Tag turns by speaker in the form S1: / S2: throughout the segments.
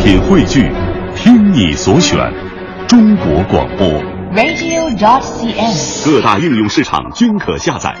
S1: 品汇聚，听你所选，中国广播。
S2: radio.cn。
S1: 各大应用市场均可下载。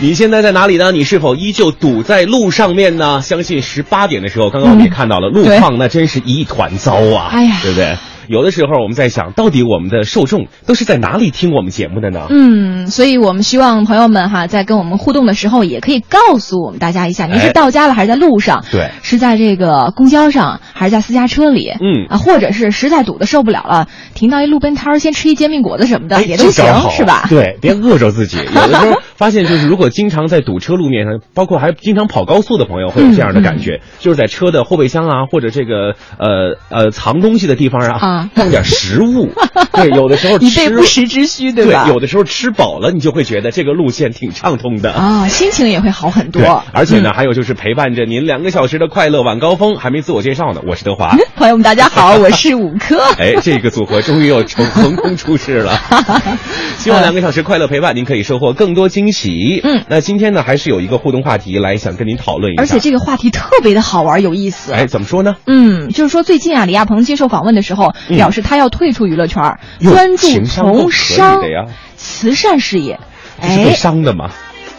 S3: 你现在在哪里呢？你是否依旧堵在路上面呢？相信十八点的时候，刚刚我们也看到了，路况那真是一团糟
S4: 嗯
S3: 啊！
S4: 哎呀
S3: 对不对？有的时候我们在想，到底我们的受众都是在哪里听我们节目的呢？
S4: 嗯，所以我们希望朋友们哈，在跟我们互动的时候，也可以告诉我们大家一下，您
S3: 哎
S4: 是到家了还是在路上？
S3: 对
S4: 是在这个公交上还是在私家车里？
S3: 嗯
S4: 啊，或者是实在堵的受不了了，停到一路边摊儿，先吃一煎饼果子什么的、
S3: 哎，
S4: 也都
S3: 这
S4: 行
S3: 招好，
S4: 是吧？
S3: 对，别饿着 自己。有的时候发现，就是如果经常在堵车路面上，包括还经常跑高速的朋友，会有这样的感
S4: 嗯
S3: 觉，就是在车的后备箱啊，或者这个呃呃藏东西的地方啊，
S4: 啊
S3: 放点食物。 对，有的时候
S4: 以备
S3: 吃
S4: 不时之需，
S3: 对
S4: 吧？
S3: 有的时候吃饱了，你就会觉得这个路线挺畅通的。
S4: 啊，心情也会好很
S3: 对
S4: 多。，嗯
S3: 而且呢，还有就是陪伴着您两个小时的快乐晚高峰，还没自我介绍呢，我是德华。
S4: 嗯朋友们，大家好，我是五科。
S3: 哎，这个组合终于又成横空出世 了。希望两个小时快乐陪伴，您可以收获更多惊喜。
S4: 嗯
S3: 那今天呢，还是有一个互动话题来想跟您讨论一下。
S4: 而且这个话题特别的好玩有意思。
S3: 哎，怎么说呢？
S4: 嗯，就是说最近啊，李亚鹏接受访问的时候
S3: 嗯
S4: 表示，他要退出娱乐圈儿，
S3: 哟
S4: 专注
S3: 情商都
S4: 从
S3: 可以
S4: 商
S3: 的呀、
S4: 慈善事业。
S3: 这是被
S4: 哎，
S3: 伤的吗？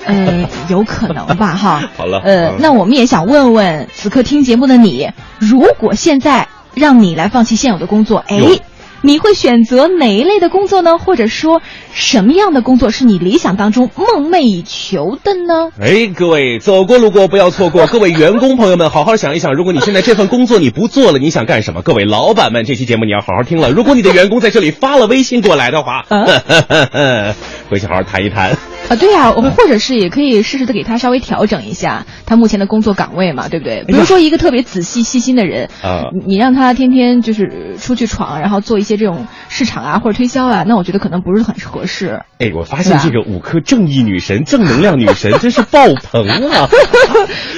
S4: 呃，有可能 吧，哈。
S3: 好了
S4: 呃
S3: 嗯，
S4: 那我们也想问问此刻听节目的你，如果现在让你来放弃现有的工作，哎
S3: 哟，
S4: 你会选择哪一类的工作呢？或者说，什么样的工作是你理想当中梦寐以求的呢？
S3: 哎，各位走过路过不要错过，各位员工朋友们，好好想一想，如果你现在这份工作你不做了，你想干什么？各位老板们，这期节目你要好好听了。如果你的员工在这里发了微信过来的话，
S4: 啊
S3: 回去好好谈一谈。
S4: 啊，对呀、我们或者是也可以适时的给他稍微调整一下他目前的工作岗位嘛，对不对？比如说一个特别仔细细心的人，
S3: 哎啊
S4: 你你让他天天就是出去闯，然后做一些这种市场啊或者推销啊，那我觉得可能不是很合适。
S3: 哎，我发现
S4: 是吧啊
S3: 这个五颗正义女神、正能量女神真是爆棚啊！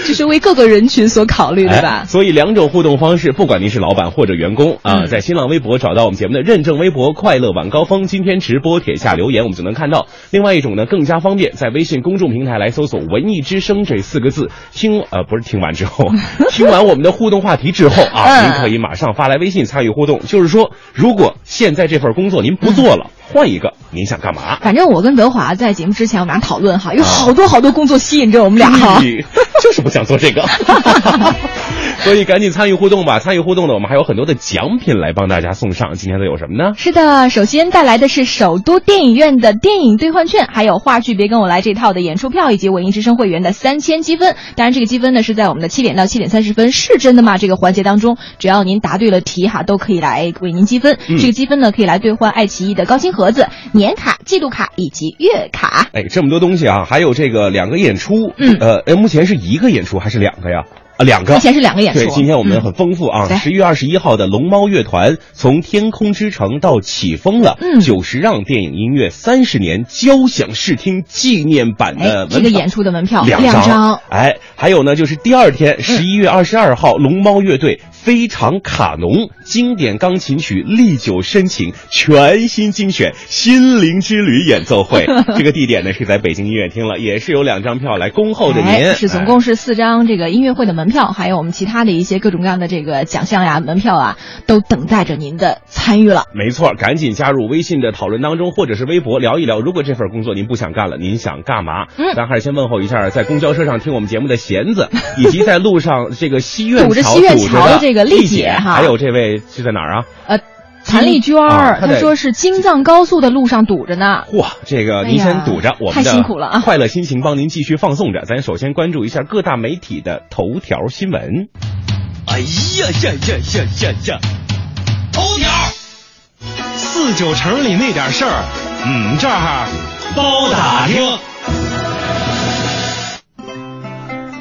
S4: 就是为各个人群所考虑，对
S3: 哎
S4: 吧？
S3: 所以两种互动方式，不管您是老板或者员工啊，
S4: 嗯
S3: 在新浪微博找到我们节目的认证微博“快乐晚高峰”，今天直播帖下留言，我们就能看到。另外一种呢，更加方便，在微信公众平台来搜索“文艺之声”这四个字，听呃不是听完 之后，听完我们的互动话题之后啊，
S4: 嗯
S3: 您可以马上发来微信参与互动。就是说，如果现在这份工作您不做
S4: 嗯
S3: 了，换一个，您想干嘛？
S4: 反正我跟德华在节目之前，我们俩讨论哈，有
S3: 啊
S4: 好多好多工作吸引着我们俩哈。
S3: 咦 就是不想 做这个。所以赶紧参与互动吧！参与互动呢，我们还有很多的奖品来帮大家送上。今天都有什么呢？
S4: 是的，首先带来的是首都电影院的电影兑换券，还有话剧《别跟我来》这套的演出票，以及文艺之声会员的三千积分。当然，这个积分呢是在我们的七点到七点三十分，是真的吗？这个环节当中，只要您答对了题哈，都可以来为您积分。
S3: 嗯
S4: 这个积分呢可以来兑换爱奇艺的高清盒子、年卡、季度卡以及月卡。
S3: 哎，这么多东西啊，还有这个两个演出，
S4: 嗯
S3: 呃，哎目前是一个演出还是两个呀？啊，两个
S4: 目。前是两个演出。
S3: 对，今天我们
S4: 嗯
S3: 很丰富啊！
S4: 对
S3: 十、月二十一号的龙猫乐团从《天空之城》到《起风了》，
S4: 嗯
S3: 九十让电影音乐三十年交响视听纪念版的
S4: 哎，
S3: 门票、
S4: 这个演出的门票
S3: 两
S4: 张。嗯
S3: 哎，还有呢，就是第二天十一月二十二号，龙猫乐队《非常卡农》经典钢琴曲《历久深情》全新精选《心灵之旅》演 奏会，这个地点呢是在北京音乐厅了，也是有两张票来恭候着您。
S4: 哎，是总共是四张这个音乐会的门票，还有我们其他的一些各种各样的这个奖项呀、门票啊，都等待着您的参与了。
S3: 没错，赶紧加入微信的讨论当中，或者是微博聊一聊。如果这份工作您不想干了，您想干嘛？
S4: 嗯
S3: 咱还是先问候一下在公交车上听我们节目的弦子，以及在路上这个西苑
S4: 堵着
S3: 桥
S4: 西苑
S3: 堵着
S4: 桥
S3: 的
S4: 的这个
S3: 丽
S4: 丽姐哈
S3: 还有这位是在哪儿啊？
S4: 呃，谭丽娟儿
S3: 啊，她
S4: 她
S3: 在
S4: 说是京藏高速的路上堵着呢。
S3: 哇，这个
S4: 哎
S3: 您
S4: 呀
S3: 先堵着，我们的
S4: 太辛苦了啊
S3: 快乐心情帮您继续放送着。咱首先关注一下各大媒体的头条新闻。
S5: 哎呀呀呀呀呀呀！头条，四九城里那点事儿，嗯，这儿包打听。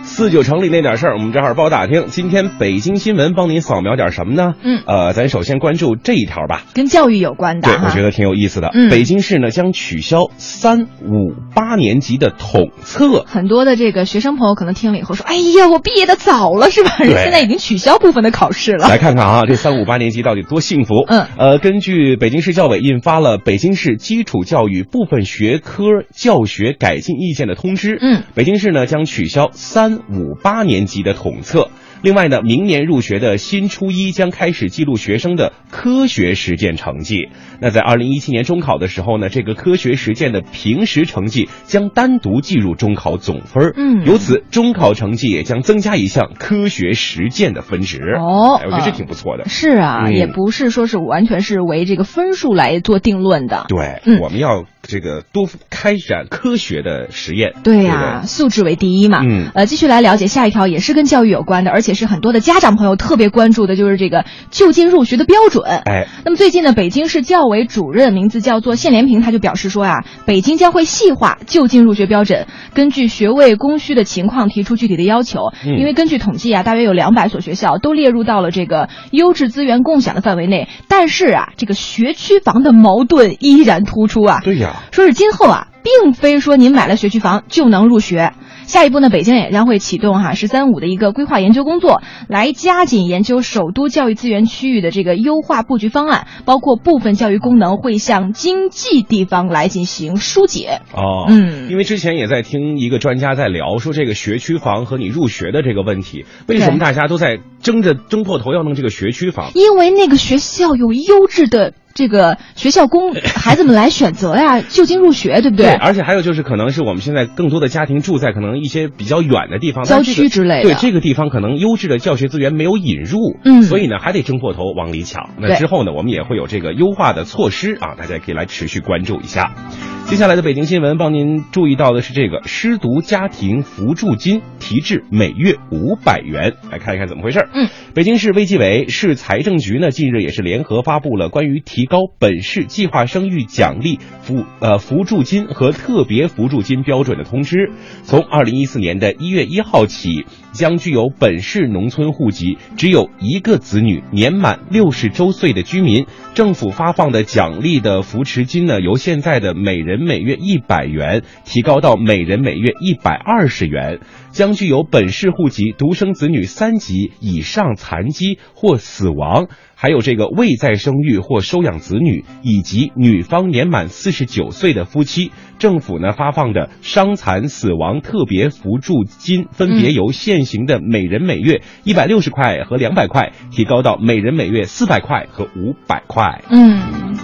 S3: 四九城里那点事儿，我们正好帮我打听。今天北京新闻帮您扫描点什么呢？
S4: 嗯
S3: 呃，咱首先关注这一条吧。
S4: 跟教育有关的
S3: 对，
S4: 哈
S3: 我觉得挺有意思的。
S4: 嗯
S3: 北京市呢将取消三五八年级的统 测。
S4: 很多的这个学生朋友可能听了以后说：“哎呀，我毕业的早了是吧？人
S3: 对
S4: 现在已经取消部分的考试了。
S3: 来看看啊，这三五八年级到底多幸福？
S4: 嗯，
S3: 呃，根据北京市教委印发了《北京市基础教育部分学科教学改进意见》的通知，
S4: 嗯，
S3: 北京市呢将取消三五八年级的统测。另外呢，明年入学的新初一将开始记录学生的科学实践成绩。那在二零一七年中考的时候呢，这个科学实践的平时成绩将单独计入中考总分儿
S4: 嗯
S3: 由此中考成绩也将增加一项科学实践的分值。
S4: 哦
S3: 哎我觉得这
S4: 嗯
S3: 挺不错的。
S4: 是啊，
S3: 嗯
S4: 也不是说是完全是为这个分数来做定论的。
S3: 对，
S4: 嗯
S3: 我们要这个多开展科学的实验。
S4: 对
S3: 不
S4: 呀、素质为第一嘛。
S3: 嗯
S4: 呃，继续来了解下一条，也是跟教育有关的，而且是很多的家长朋友特别关注的，就是这个就近入学的标准。
S3: 哎，
S4: 那么最近呢，北京市教委主任名字叫做谢连平，他就表示说啊，北京将会细化就近入学标准，根据学位供需的情况提出具体的要求。
S3: 嗯
S4: 因为根据统计啊，大约有两百所学校都列入到了这个优质资源共享的范围内，但是啊，这个学区房的矛盾依然突出啊。
S3: 对呀，
S4: 说是今后啊，并非说您买了学区房就能入学。下一步呢，北京也将会启动哈、十三五”的一个规划研究工作，来加紧研究首都教育资源区域的这个优化布局方案，包括部分教育功能会向经济地方来进行疏解。
S3: 哦，
S4: 嗯
S3: 因为之前也在听一个专家在聊说这个学区房和你入学的这个问题，为什么
S4: 对
S3: 大家都在争着争破头要弄这个学区房？
S4: 因为那个学校有优质的这个学校供孩子们来选择呀，就近入学，对不对？
S3: 而且还有就是，可能是我们现在更多的家庭住在可能一些比较远的地方，
S4: 郊
S3: 但这个
S4: 区之类的
S3: 对这个地方可能优质的教学资源没有引入，
S4: 嗯
S3: 所以呢还得争破头往里抢。那
S4: 对
S3: 之后呢，我们也会有这个优化的措施啊，大家也可以来持续关注一下。接下来的北京新闻帮您注意到的是这个失独家庭扶助金提至每月五百元，来看一看怎么回事儿。
S4: 嗯
S3: 北京市卫计委、市财政局呢，近日也是联合发布了关于提高本市计划生育奖励扶呃扶助金和特别扶助金标准的通知。从二零一四年的一月一号起，将具有本市农村户籍、只有一个子女、年满六十周岁的居民，政府发放的奖励的扶持金呢，由现在的每人每月一百元提高到每人每月一百二十元。将具有本市户籍、独生子女三级以上残疾或死亡，还有这个未再生育或收养子女，以及女方年满四十九岁的夫妻，政府呢发放的伤残死亡特别扶助金，分别由现行的每人每月一百六十块和两百块，提高到每人每月四百块和五百块。
S4: 嗯，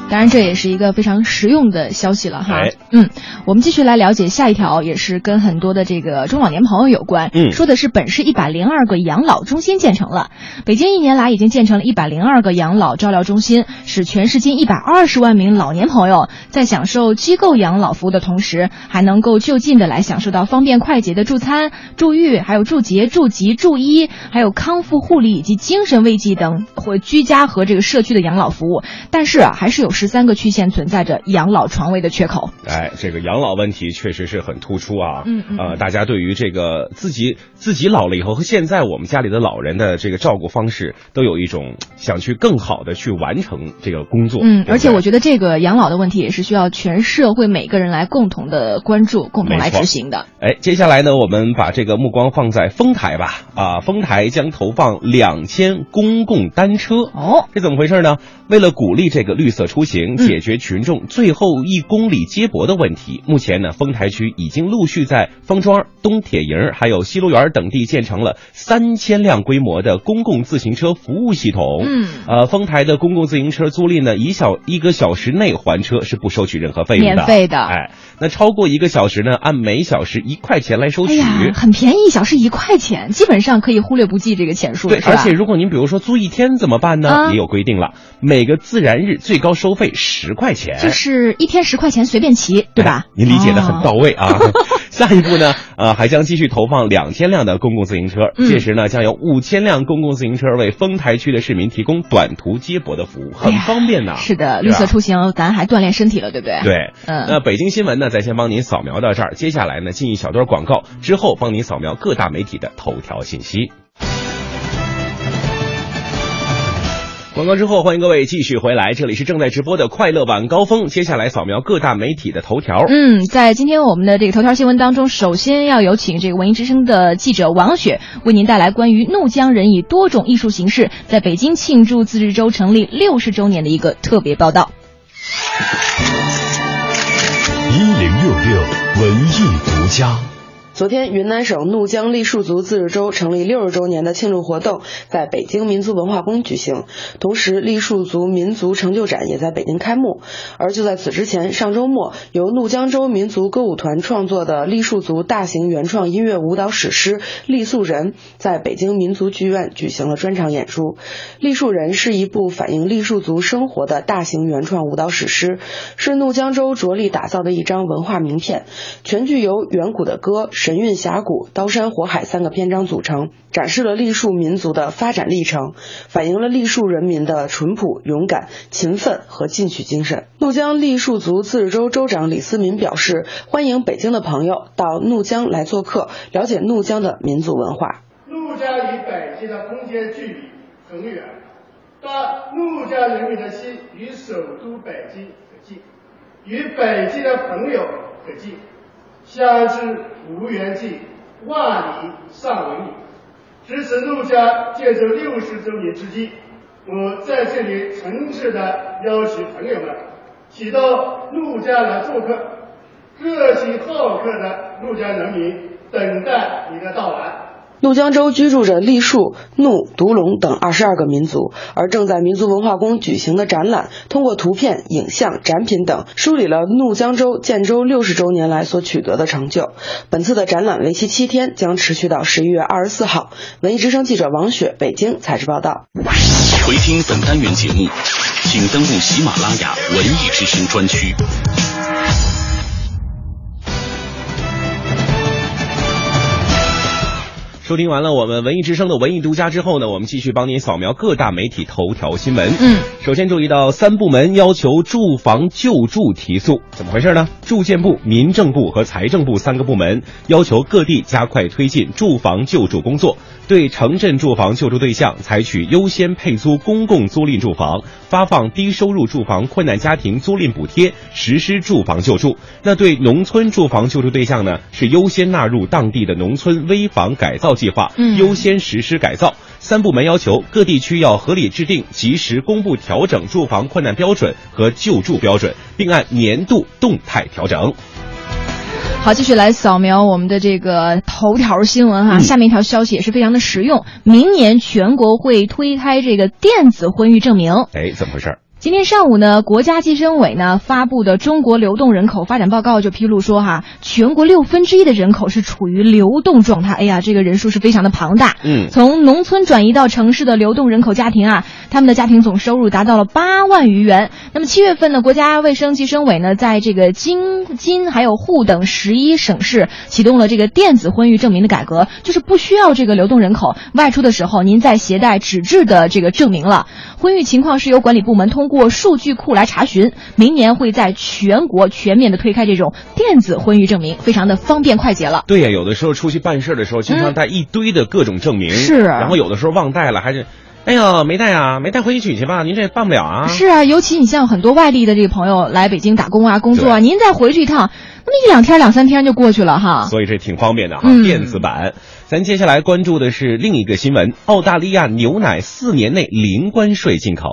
S4: 当然这也是一个非常实用的消息了哈。
S3: 哎
S4: 嗯，我们继续来了解下一条，也是跟很多的这个中老年朋友有关。
S3: 嗯
S4: 说的是本市一百零二个养老中心建成了，北京一年来已经建成了一百零二个养老照料中心，使全市近一百二十万名老年朋友在享受机构养老服务的同时，还能够就近的来享受到方便快捷的助餐、助浴、还有助洁、助疾、助医，还有康复护理以及精神慰藉等或居家和这个社区的养老服务。但是啊，还是有十三个区县存在着养老床位的缺口。
S3: 哎，这个养老问题确实是很突出啊。
S4: 嗯嗯
S3: 呃，大家对于这个自己自己老了以后和现在我们家里的老人的这个照顾方式，都有一种想去更好的去完成这个工作。
S4: 嗯
S3: 对，不
S4: 而且
S3: 对
S4: 我觉得这个养老的问题也是需要全社会每个人来共同的关注、共同来
S3: 没错
S4: 执行的。
S3: 哎，接下来呢，我们把这个目光放在丰台吧。啊，丰台将投放两千公共单车。
S4: 哦，
S3: 这怎么回事呢？为了鼓励这个绿色出行，
S4: 嗯
S3: 解决群众最后一公里接驳的问题，目前呢，丰台区已经陆续在方庄、东铁营还有西路园等地建成了三千辆规模的公共自行车服务系统。
S4: 嗯
S3: 呃，丰台的公共自行车租赁呢，一小一个小时内还车是不收取任何费用的，
S4: 免费的
S3: 哎，那超过一个小时呢，按每小时一块钱来收
S4: 哎
S3: 取。
S4: 呀，很便宜，一小时一块钱，基本上可以忽略不计这个钱数了，
S3: 对，
S4: 是吧
S3: 而且如果您比如说租一天怎么办呢？
S4: 啊
S3: 也有规定了，每个自然日最高收费十块钱，
S4: 就是一天十块钱随便骑，对吧
S3: 哎哎？您理解的很到
S4: 哦。
S3: 位啊。 下一步呢，呃，还将继续投放两千辆的公共自行车，
S4: 嗯
S3: 届时呢，将有五千辆公共自行车为丰台区的市民提供短途接驳的服务，很
S4: 哎呀
S3: 方便的。
S4: 是的，
S3: 啊对
S4: 绿色
S3: 吧
S4: 出行，咱还锻炼身体了，对不对？，
S3: 对，
S4: 嗯
S3: 那北京新闻呢，咱先帮您扫描到这儿，接下来呢进一小段广告，之后帮您扫描各大媒体的头条信息。广告之后，欢迎各位继续回来，这里是正在直播的快乐晚高峰。接下来扫描各大媒体的头条。
S4: 嗯，在今天我们的这个头条新闻当中，首先要有请这个文艺之声的记者王雪为您带来关于怒江人以多种艺术形式在北京庆祝自治州成立六十周年的一个特别报道。
S1: 一零六六文艺独家。
S2: 昨天，云南省怒江傈僳族自治州成立六十周年的庆祝活动在北京民族文化宫举行，同时傈僳族民族成就展也在北京开幕。而就在此之前，上周末由怒江州民族歌舞团创作的傈僳族大型原创音乐舞蹈史诗《傈僳人》在北京民族剧院举行了专场演出。《傈僳人》是一部反映傈僳族生活的大型原创舞蹈史诗，是怒江州着力打造的一张文化名片。全剧由远古的歌、神韵峡谷、刀山火海三个篇章组成，展示了傈僳民族的发展历程，反映了傈僳人民的淳朴、勇敢、勤奋和进取精神。怒江傈僳族自治州州长李思民表示，欢迎北京的朋友到怒江来做客，了解怒江的民族文化。
S6: 怒江与北京的空间距离很远，但怒江人民的心与首都北京可近，与北京的朋友可近，相知无缘尽，万里尚为你。值此怒江建州六十周年之际，我在这里诚挚的邀请朋友们，请到怒江来做客，热情好客的怒江人民等待你的到来。
S2: 怒江州居住着傈僳、怒、独龙等二十二个民族，而正在民族文化宫举行的展览，通过图片、影像、展品等，梳理了怒江州建州六十周年来所取得的成就。本次的展览为期七天，将持续到十一月二十四号。文艺之声记者王雪，北京采制报道。
S7: 回听本单元节目，请登录喜马拉雅文艺之声专区。
S3: 收听完了我们文艺之声的文艺独家之后呢，我们继续帮您扫描各大媒体头条新闻。
S4: 嗯，
S3: 首先注意到三部门要求住房救助提速，怎么回事呢？住建部、民政部和财政部三个部门要求各地加快推进住房救助工作，对城镇住房救助对象采取优先配租公共租赁住房，发放低收入住房困难家庭租赁补贴，实施住房救助。那对农村住房救助对象呢，是优先纳入当地的农村危房改造计划，
S4: 嗯
S3: 优先实施改造。三部门要求各地区要合理制定、及时公布调整住房困难标准和救助标准，并按年度动态调整。
S4: 好，继续来扫描我们的这个头条新闻哈。下面一条消息也是非常的实用，明年全国会推开这个电子婚育证明。
S3: 哎，怎么回事儿？
S4: 今天上午呢，国家计生委呢发布的《中国流动人口发展报告》就披露说哈，全国六分之一的人口是处于流动状态。哎呀，这个人数是非常的庞大。
S3: 嗯
S4: 从农村转移到城市的流动人口家庭啊，他们的家庭总收入达到了八万余元。那么七月份呢，国家卫生计生委呢，在这个京津还有沪等十一省市启动了这个电子婚育证明的改革，就是不需要这个流动人口外出的时候，您再携带纸质的这个证明了。婚育情况是由管理部门通过数据库来查询，明年会在全国全面的推开这种电子婚育证明，非常的方便快捷了。
S3: 对呀，有的时候出去办事儿的时候，经常带一堆的各种证明，
S4: 是
S3: 然后有的时候忘带了，还是，哎呀，没带啊，没带回去取去吧，您这办不了啊。
S4: 是啊，尤其你像很多外地的这个朋友来北京打工啊、工作啊，
S3: 对
S4: 您再回去一趟，那么一两天、两三天就过去了哈。
S3: 所以这挺方便的哈，
S4: 啊嗯
S3: 电子版。咱接下来关注的是另一个新闻：澳大利亚牛奶四年内零关税进口。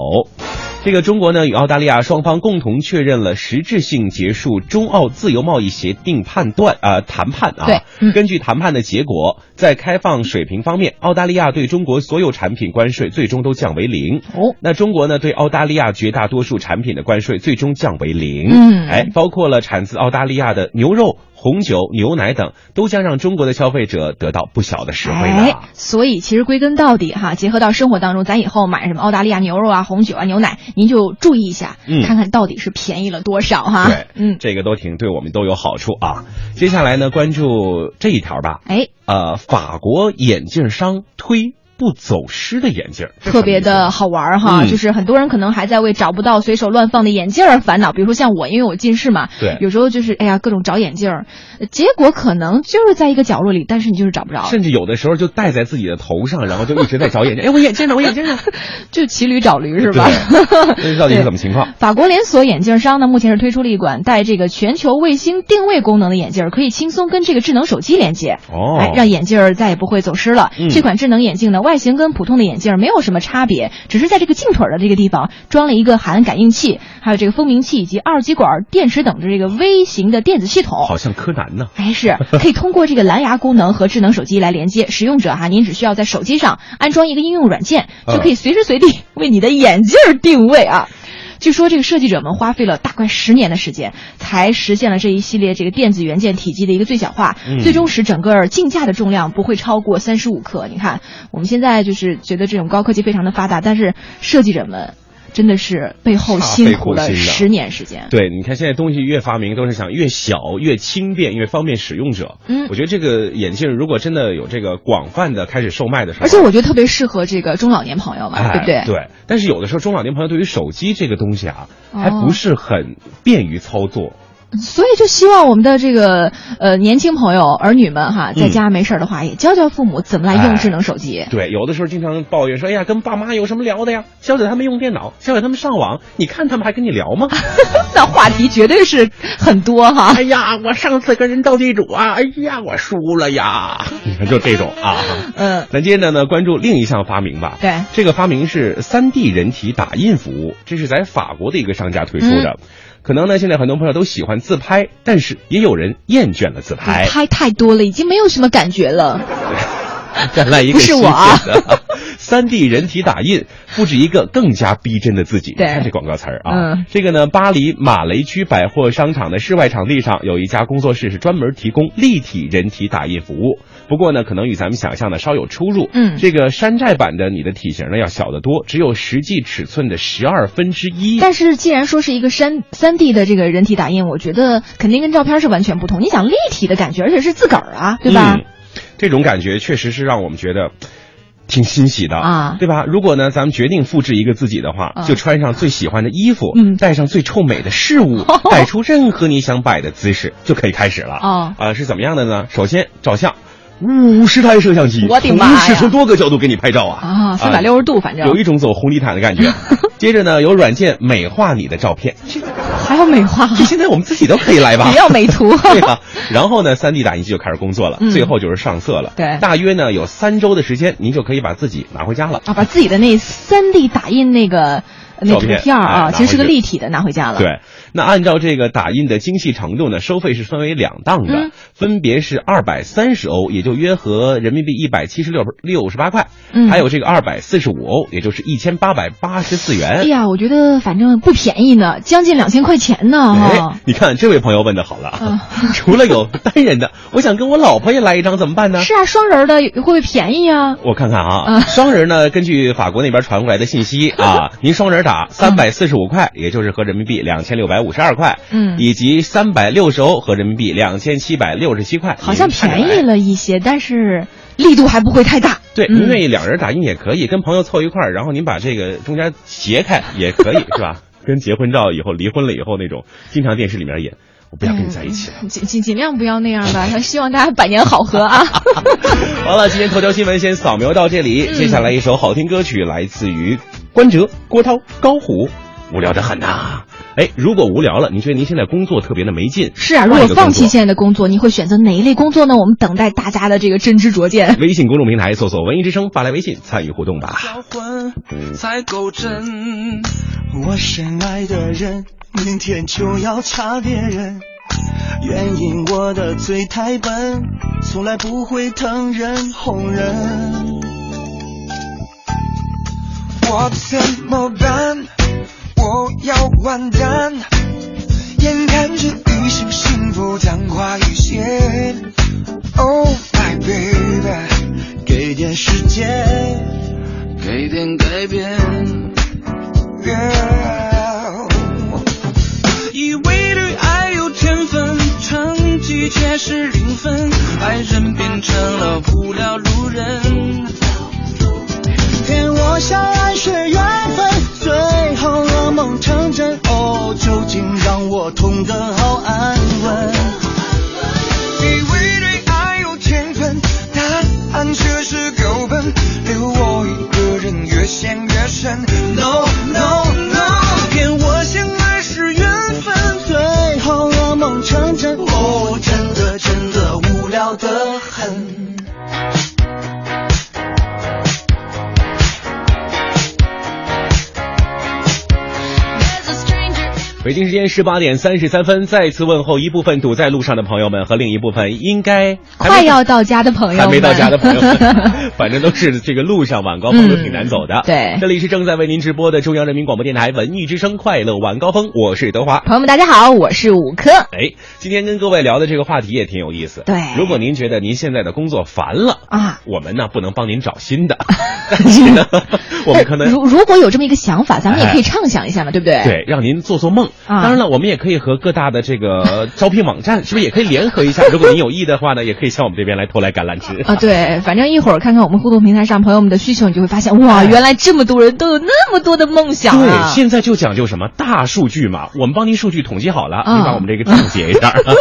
S3: 这个中国呢与澳大利亚双方共同确认了实质性结束中澳自由贸易协定判断啊、呃谈判啊。
S4: 对嗯
S3: 根据谈判的结果，在开放水平方面，澳大利亚对中国所有产品关税最终都降为零。
S4: 哦，
S3: 那中国呢，对澳大利亚绝大多数产品的关税最终降为零。
S4: 嗯
S3: 哎，包括了产自澳大利亚的牛肉、红酒、牛奶等，都将让中国的消费者得到不小的实惠呢。
S4: 哎，所以其实归根到底哈，结合到生活当中，咱以后买什么澳大利亚牛肉啊、红酒啊、牛奶，您就注意一下，
S3: 嗯
S4: 看看到底是便宜了多少哈。
S3: 对，
S4: 嗯，
S3: 这个都挺对我们都有好处啊。接下来呢，关注这一条吧。
S4: 哎，
S3: 呃，法国眼镜商推不走失的眼镜，这
S4: 特别
S3: 什么
S4: 的
S3: 意思呢。
S4: 好玩儿哈，
S3: 嗯
S4: 就是很多人可能还在为找不到随手乱放的眼镜儿烦恼，比如说像我，因为我近视嘛，
S3: 对
S4: 有时候就是哎呀各种找眼镜儿，呃结果可能就是在一个角落里，但是你就是找不着，
S3: 甚至有的时候就戴在自己的头上，然后就一直在找眼 镜。哎，我眼镜呢？我眼镜呢？
S4: 就骑驴找驴是吧？
S3: 这到底是怎么情况？
S4: 法国连锁眼镜商呢，目前是推出了一款带这个全球卫星定位功能的眼镜儿，可以轻松跟这个智能手机连接。
S3: 哦
S4: 哎，让眼镜儿再也不会走失了。
S3: 嗯
S4: 这款智能眼镜呢，外形跟普通的眼镜儿没有什么差别，只是在这个镜腿儿的这个地方装了一个海岸感应器，还有这个蜂鸣器以及二极管、电池等这个微型的电子系统。
S3: 好像柯南呢。
S4: 哎，是可以通过这个蓝牙功能和智能手机来连接。使用者哈、您只需要在手机上安装一个应用软件，
S3: 嗯
S4: 就可以随时随地为你的眼镜儿定位啊。据说这个设计者们花费了大概十年的时间，才实现了这一系列这个电子元件体积的一个最小化，
S3: 嗯
S4: 最终使整个镜架的重量不会超过三十五克。你看，我们现在就是觉得这种高科技非常的发达，但是设计者们真的是背后
S3: 煞
S4: 辛
S3: 费
S4: 苦
S3: 苦
S4: 了
S3: 心的
S4: 十年时间。
S3: 对，你看现在东西越发明都是想越小、越轻便、越方便使用者。
S4: 嗯
S3: 我觉得这个眼镜如果真的有这个广泛的开始售卖的时候，
S4: 而且我觉得特别适合这个中老年朋友嘛，对不对
S3: 哎？对，但是有的时候中老年朋友对于手机这个东西啊，
S4: 哦
S3: 还不是很便于操作。
S4: 所以就希望我们的这个呃年轻朋友儿女们
S3: 嗯
S4: 哈，在家没事儿的话，也教教父母怎么来
S3: 哎
S4: 用智能手机。
S3: 对，有的时候经常抱怨说：“哎呀，跟爸妈有什么聊的呀？小姐他们用电脑，小姐他们上网，你看他们还跟你聊 吗？”
S4: 那话题绝对是很多哈。
S3: 哎呀，我上次跟人斗地主啊，哎呀，我输 了呀。你看就这种啊。
S4: 嗯，
S3: 那接着呢，关注另一项发明吧。
S4: 对
S3: 这个发明是 3D 人体打印服务，这是在法国的一个商家推出的。可能呢，现在很多朋友都喜欢自拍，但是也有人厌倦了自拍。
S4: 拍太多了，已经没有什么感觉了。
S3: 嗯 再来一个
S4: 不是我啊
S3: 三 D 人体打印，复制一个更加逼真的自己。
S4: 对
S3: 你看这广告词儿啊。
S4: 嗯
S3: 这个呢，巴黎马雷区百货商场的室外场地上有一家工作室是专门提供立体人体打印服务。不过呢，可能与咱们想象的稍有出入。
S4: 嗯
S3: 这个山寨版的你的体型呢要小得多，只有实际尺寸的十二分之一。
S4: 但是既然说是一个三三 D 的这个人体打印，我觉得肯定跟照片是完全不同。你想立体的感觉，而且是自个儿啊，对吧？
S3: 嗯？这种感觉确实是让我们觉得。挺欣喜的
S4: 啊
S3: 对吧？如果呢，咱们决定复制一个自己的话，
S4: 啊
S3: 就穿上最喜欢的衣服，
S4: 嗯
S3: 带上最臭美的事 物，摆出任何你想摆的姿势，就可以开始了。
S4: 哦
S3: 啊，是怎么样的呢？首先照相，五十台摄像机，
S4: 我的妈呀
S3: 同时从多个角度给你拍照啊！
S4: 啊，三百六十度，反正
S3: 有一种走红地毯的感 觉。接着呢，有软件美化你的照片，
S4: 还要美 化，
S3: 这现在我们自己都可 以来吧？
S4: 也要美 图。
S3: 对吧？然后呢，3 D 打印机就开始工作了，
S4: 嗯
S3: 最后就是上色了。
S4: 对
S3: 大约呢有三周的时间，您就可以把自己拿回家了。
S4: 啊，把自己的那三 D 打印那个那
S3: 照
S4: 图
S3: 片
S4: 片儿
S3: 哎拿
S4: 啊，其实是个
S3: 回去
S4: 立体的，拿回家了。，
S3: 对，那按照这个打印的精细程度呢，收费是分为两档的，
S4: 嗯
S3: 分别是二百三十欧，也就约合人民币一百七十六六十八块，
S4: 嗯
S3: 还有这个二百四十五欧，也就是一千八百八十四元。
S4: 哎呀，我觉得反正不便宜呢，将近两千块钱呢，哈
S3: 哎，。你看这位朋友问的好了，
S4: 嗯
S3: 除了有单人的，我想跟我老婆也来一张，怎么办呢？
S4: 是啊，双人儿的会不会便宜啊？
S3: 我看看啊，
S4: 嗯
S3: 双人呢，根据法国那边传过来的信息 啊，您双
S4: 嗯
S3: 人打三百四十五块，也就是合人民币两千六百五十二块，
S4: 嗯
S3: 以及三百六十欧合人民币两千七百六十七块，
S4: 好像
S3: 您看着
S4: 便宜
S3: 来。
S4: 了一些，但是力度还不会太大。
S3: 对，
S4: 嗯
S3: 您愿意两人打印也可以，跟朋友凑一块儿，然后您把这个中间斜开也可以，是吧？跟结婚照以后离婚了以后那种，经常电视里面演，我不想跟你在一起了。
S4: 嗯尽尽尽量不要那样吧， 希望大家百年好合 啊！
S3: 好了，今天头条新闻先扫描到这里，
S4: 嗯
S3: 接下来一首好听歌曲来自于关喆、郭涛、高虎，无聊的很呐、哎，如果无聊了，您觉得您现在工作特别的没劲，
S4: 是啊，如
S3: 换
S4: 果
S3: 一个
S4: 放弃
S3: 工作
S4: 现在的工作，你会选择哪一类工作呢？我们等待大家的这个真知灼见。
S3: 微信公众平台搜索“文艺之声”，发来微信参与互动吧。
S5: 销魂才够真。我深爱的人，明天就要差别人。原因我的嘴太笨，从来不会疼人哄人。我怎么办？我要完蛋！眼看着一生幸福昙花一现。Oh 开始零分，爱人变成了无聊路人。骗我相爱是缘分，最后噩梦成真。哦，究竟让我痛得好安稳。以为对爱有天分，答案却是狗笨，留我一个人越陷越深。No no no，骗我相爱是缘分，最后噩梦成真。哦，真的真的无聊得很。
S3: 北京时间十八点三十三分，再次问候一部分堵在路上的朋友们和另一部分应该还没
S4: 快要到家的朋友们
S3: 还没到家的朋 友们，反正都是这个路上晚高峰都挺难走的。
S4: 嗯对
S3: 这里是正在为您直播的中央人民广播电台文艺之声快乐晚高峰，我是德华。
S4: 朋友们，大家好，我是五科。
S3: 哎，今天跟各位聊的这个话题也挺有意思。
S4: 对
S3: 如果您觉得您现在的工作烦了
S4: 啊，
S3: 我们呢不能帮您找新 的，但是呢，我们可能
S4: 但呃如如果有这么一个想法，咱们也可以
S3: 哎
S4: 畅想一下嘛，对不对？。
S3: 对，让您做做梦。
S4: 啊
S3: 当然了，我们也可以和各大的这个招聘网站，是不是也可以联合一下？如果您有意的话呢，也可以向我们这边来偷来橄榄枝
S4: 啊，。对，反正一会儿看看我们互动平台上朋友们的需求，你就会发现，哇，原来这么多人都有那么多的梦想
S3: 哎对，
S4: 啊！
S3: 现在就讲究什么大数据嘛，我们帮您数据统计好了，
S4: 啊
S3: 您把我们这个注解一 下。哎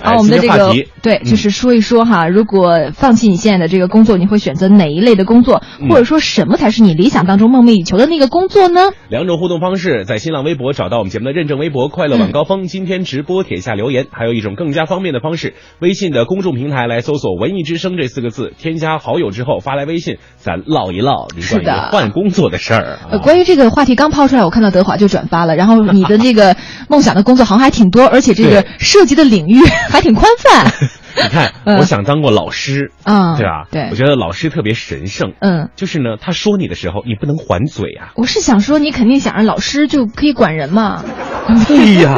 S4: 啊，我们的这
S3: 今天话
S4: 个
S3: 题
S4: 对，
S3: 嗯
S4: 就是说一说哈，如果放弃你现在的这个工作，你会选择哪一类的工作，
S3: 嗯
S4: 或者说什么才是你理想当中梦寐以求的那个工作呢？
S3: 两种互动方式，在新浪微博找到我们节目的认证微博“快乐晚高峰”，今天直播帖下留言；还有一种更加方便的方式，微信的公众平台来搜索“文艺之声”这四个字，添加好友之后发来微信，咱唠一唠你
S4: 是
S3: 关于
S4: 的
S3: 换工作的事儿啊。
S4: 呃，关于这个话题刚抛出来，我看到德华就转发了。然后你的这个梦想的工作好像还挺多，而且这个
S3: 对
S4: 涉及的领域 还挺宽泛。
S3: 你看，
S4: 嗯
S3: 我想当过老师，
S4: 啊
S3: 对吧？
S4: 对
S3: 我觉得老师特别神圣，
S4: 嗯，
S3: 就是呢，他说你的时候，你不能还嘴啊。
S4: 我是想说，你肯定想让老师就可以管人嘛。
S3: 对哎 呀，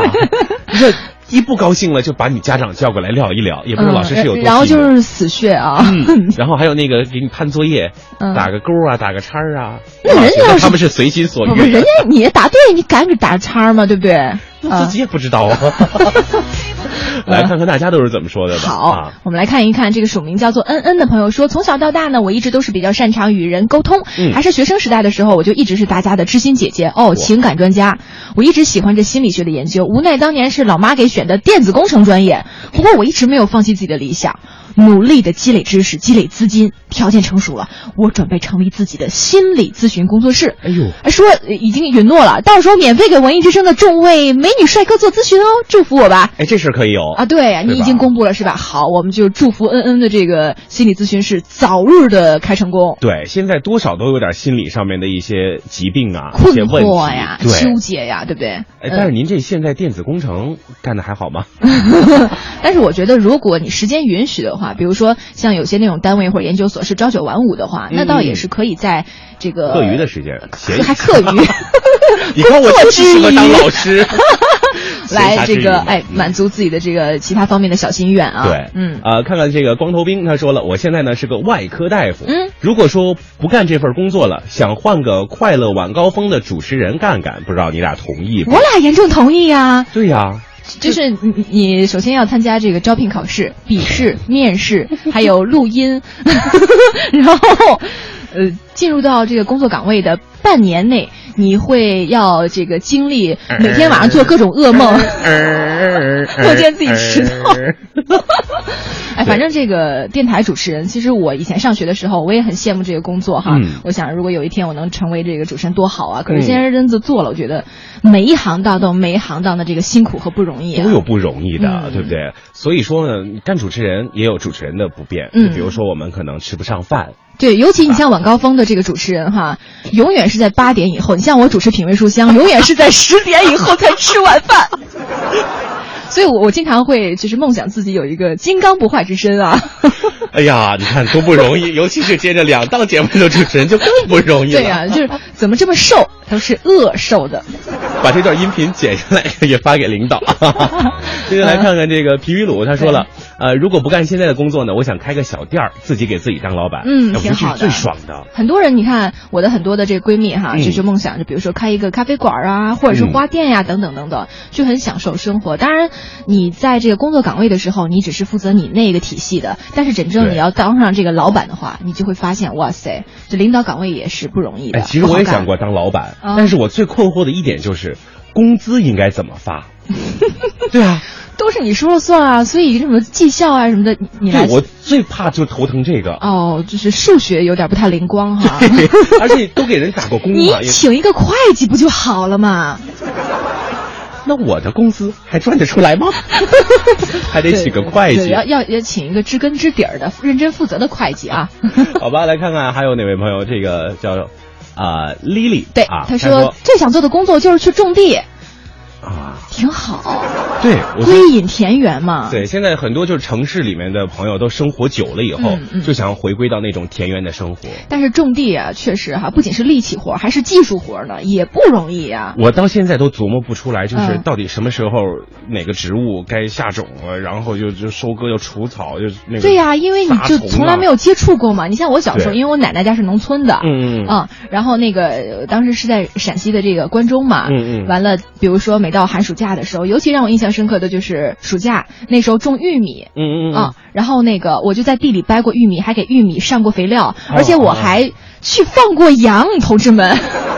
S3: 这一不高兴了就把你家长叫过来聊一聊，也不知道老师是有多
S4: 嗯，然后
S3: 气
S4: 就
S3: 人
S4: 是死穴啊。
S3: 嗯，然后还有那个给你判作业，
S4: 嗯
S3: 打个勾啊，打个叉儿啊。
S4: 那人家
S3: 我觉
S4: 要
S3: 得
S4: 是
S3: 他们是随心所
S4: 不
S3: 欲
S4: 是，
S3: 的，
S4: 人家你答对，你敢给打叉儿吗？对不对？啊
S3: 自己也不知道啊。 来看看大家都是怎么说的吧。
S4: 好
S3: 啊，
S4: 我们来看一看这个署名叫做恩恩的朋友说，从小到大呢，我一直都是比较擅长与人沟通，
S3: 嗯
S4: 还是学生时代的时候，我就一直是大家的知心姐姐哦，情感专家。我一直喜欢这心理学的研究，无奈当年是老妈给选的电子工程专业，不过我一直没有放弃自己的理想。努力的积累知识，积累资金，条件成熟了，我准备成立自己的心理咨询工作室。
S3: 哎呦，
S4: 说呃已经允诺了，到时候免费给文艺之声的众位美女帅哥做咨询哦，祝福我吧。
S3: 哎，这事儿可以有
S4: 啊，对呀，你已经
S3: 吧
S4: 公布了是吧？好，我们就祝福恩恩的这个心理咨询室早日的开成功。
S3: 对，现在多少都有点心理上面的一些疾病啊，一
S4: 困
S3: 些问题
S4: 惑呀，
S3: 对，
S4: 纠结嗯呀，对不对？
S3: 哎，但是您这现在电子工程干的还好吗？
S4: 呃 但是我觉得，如果你时间允许的话，比如说像有些那种单位或者研究所是朝九晚五的话，那倒也是可以在这个
S3: 嗯课余的时间闲
S4: 呃还课余
S3: 你看我
S4: 工作
S3: 就是
S4: 之
S3: 适合当
S4: 余，
S3: 老师
S4: 来这个哎
S3: 满。
S4: 满足自己的这个其他方面的小心愿啊。
S3: 对，
S4: 嗯，
S3: 啊、看看这个光头兵，他说了，我现在呢是个外科大夫，
S4: 嗯，
S3: 如果说不干这份工作了，想换个快乐晚高峰的主持人干干，不知道你俩同意不
S4: 我？俩严重同意啊。
S3: 对呀、
S4: 就是你你首先要参加这个招聘考试、笔试、面试，还有录音， 然后呃，进入到这个工作岗位的半年内，你会要这个经历每天晚上做各种噩梦。我见自己迟到。哎，反正这个电台主持人，其实我以前上学的时候，我也很羡慕这个工作哈。
S3: 嗯
S4: 我想，如果有一天我能成为这个主持人，多好啊！可是
S3: 嗯
S4: 现在认真做了，我觉得每一行当都有每一行当的这个辛苦和不容易、啊。
S3: 都有不容易的，
S4: 嗯
S3: 对不对？所以说呢，干主持人也有主持人的不便，
S4: 嗯
S3: 就比如说我们可能吃不上饭，
S4: 对，尤其你像晚高峰的这个主持人哈，永远是在八点以后。你像我主持品味书香，永远是在十点以后才吃晚饭。所以我，我经常会就是梦想自己有一个金刚不坏之身啊。
S3: 哎呀，你看多不 容易，尤其是接着两档节目的主持人就更不容易了。
S4: 对呀、就是怎么这么瘦？他是饿瘦的。
S3: 把这段音频剪下来 也发给领导。接下来看看这个皮皮鲁，他说了，呃，如果不干现在的工作呢，我想开个小店儿，自己给自己当老板，
S4: 嗯
S3: 要
S4: 挺
S3: 不去
S4: 好的
S3: 最爽的。
S4: 很多人，你看我的很多的这个闺蜜哈，
S3: 嗯
S4: 就是梦想，就比如说开一个咖啡馆啊，或者是花店呀、等等等等，就很享受生活。当然，你在这个工作岗位的时候，你只是负责你那个体系的，但是真正
S3: 对
S4: 你要当上这个老板的话，你就会发现，哇塞，这领导岗位也是不容易的。
S3: 哎，其实
S4: 不好
S3: 我也
S4: 干
S3: 想过当老板，
S4: 啊
S3: 但是我最困惑的一点就是，工资应该怎么 发？对啊，
S4: 都是你说了算啊，所以什么绩效啊什么的，你你来
S3: 对我最怕就头疼这个，
S4: 哦，就是数学有点不太灵光哈。
S3: 而且都给人打过 工
S4: 你
S3: 嘛，也
S4: 请一个会计不就好了嘛？
S3: 那我的工资还赚得出 来吗？还得请个会
S4: 对
S3: 计。
S4: 要要要请一个知根知底儿的、认真负责的会计啊。
S3: 好吧，来看看还有哪位朋友，这个叫啊 Lily，
S4: 对，
S3: 啊，
S4: 他
S3: 她
S4: 说最想做的工作就是去种地，
S3: 啊，
S4: 挺好，
S3: 对，我觉得
S4: 归隐田园嘛。
S3: 对，现在很多就是城市里面的朋友都生活久了以后
S4: 嗯，嗯
S3: 就想要回归到那种田园的生活。
S4: 但是种地啊，确实哈、不仅是力气活儿，还是技术活儿呢，也不容易啊。
S3: 我到现在都琢磨不出来，就是
S4: 嗯
S3: 到底什么时候哪个植物该下种了，然后就就收割，要除草，就那个。啊
S4: 对呀、因为你就从来没有。接触过嘛。你像我小时候，
S3: 对
S4: 因为我奶奶家是农村的，
S3: 嗯嗯
S4: 啊，然后那个呃当时是在陕西的这个关中嘛，
S3: 嗯嗯
S4: 啊完了，比如说每到寒暑假的时候，尤其让我印象深刻的就是暑假那时候种玉米，
S3: 嗯嗯嗯
S4: 啊，然后那个我就在地里掰过玉米，还给玉米上过肥料，
S3: 哦
S4: 而且我还去放过羊，同志们。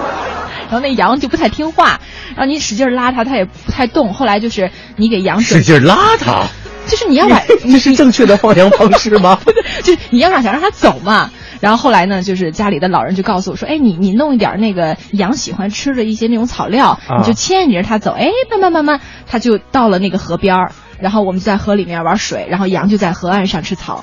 S4: 然后那羊就不太听话，然后你使劲拉它，它也不太动。后来就是你给羊
S3: 使
S4: 整，
S3: 劲拉 它，
S4: 就是你要把，
S3: 这是正确的放羊方式吗？
S4: 就是你要让想让它走嘛。然后后来呢，就是家里的老人就告诉我说，哎，你你弄一点那个羊喜欢吃的一些那种草料，
S3: 啊
S4: 你就牵引着它走，哎，慢慢慢慢，它就到了那个河边儿，然后我们就在河里面玩水，然后羊就在河岸上吃草。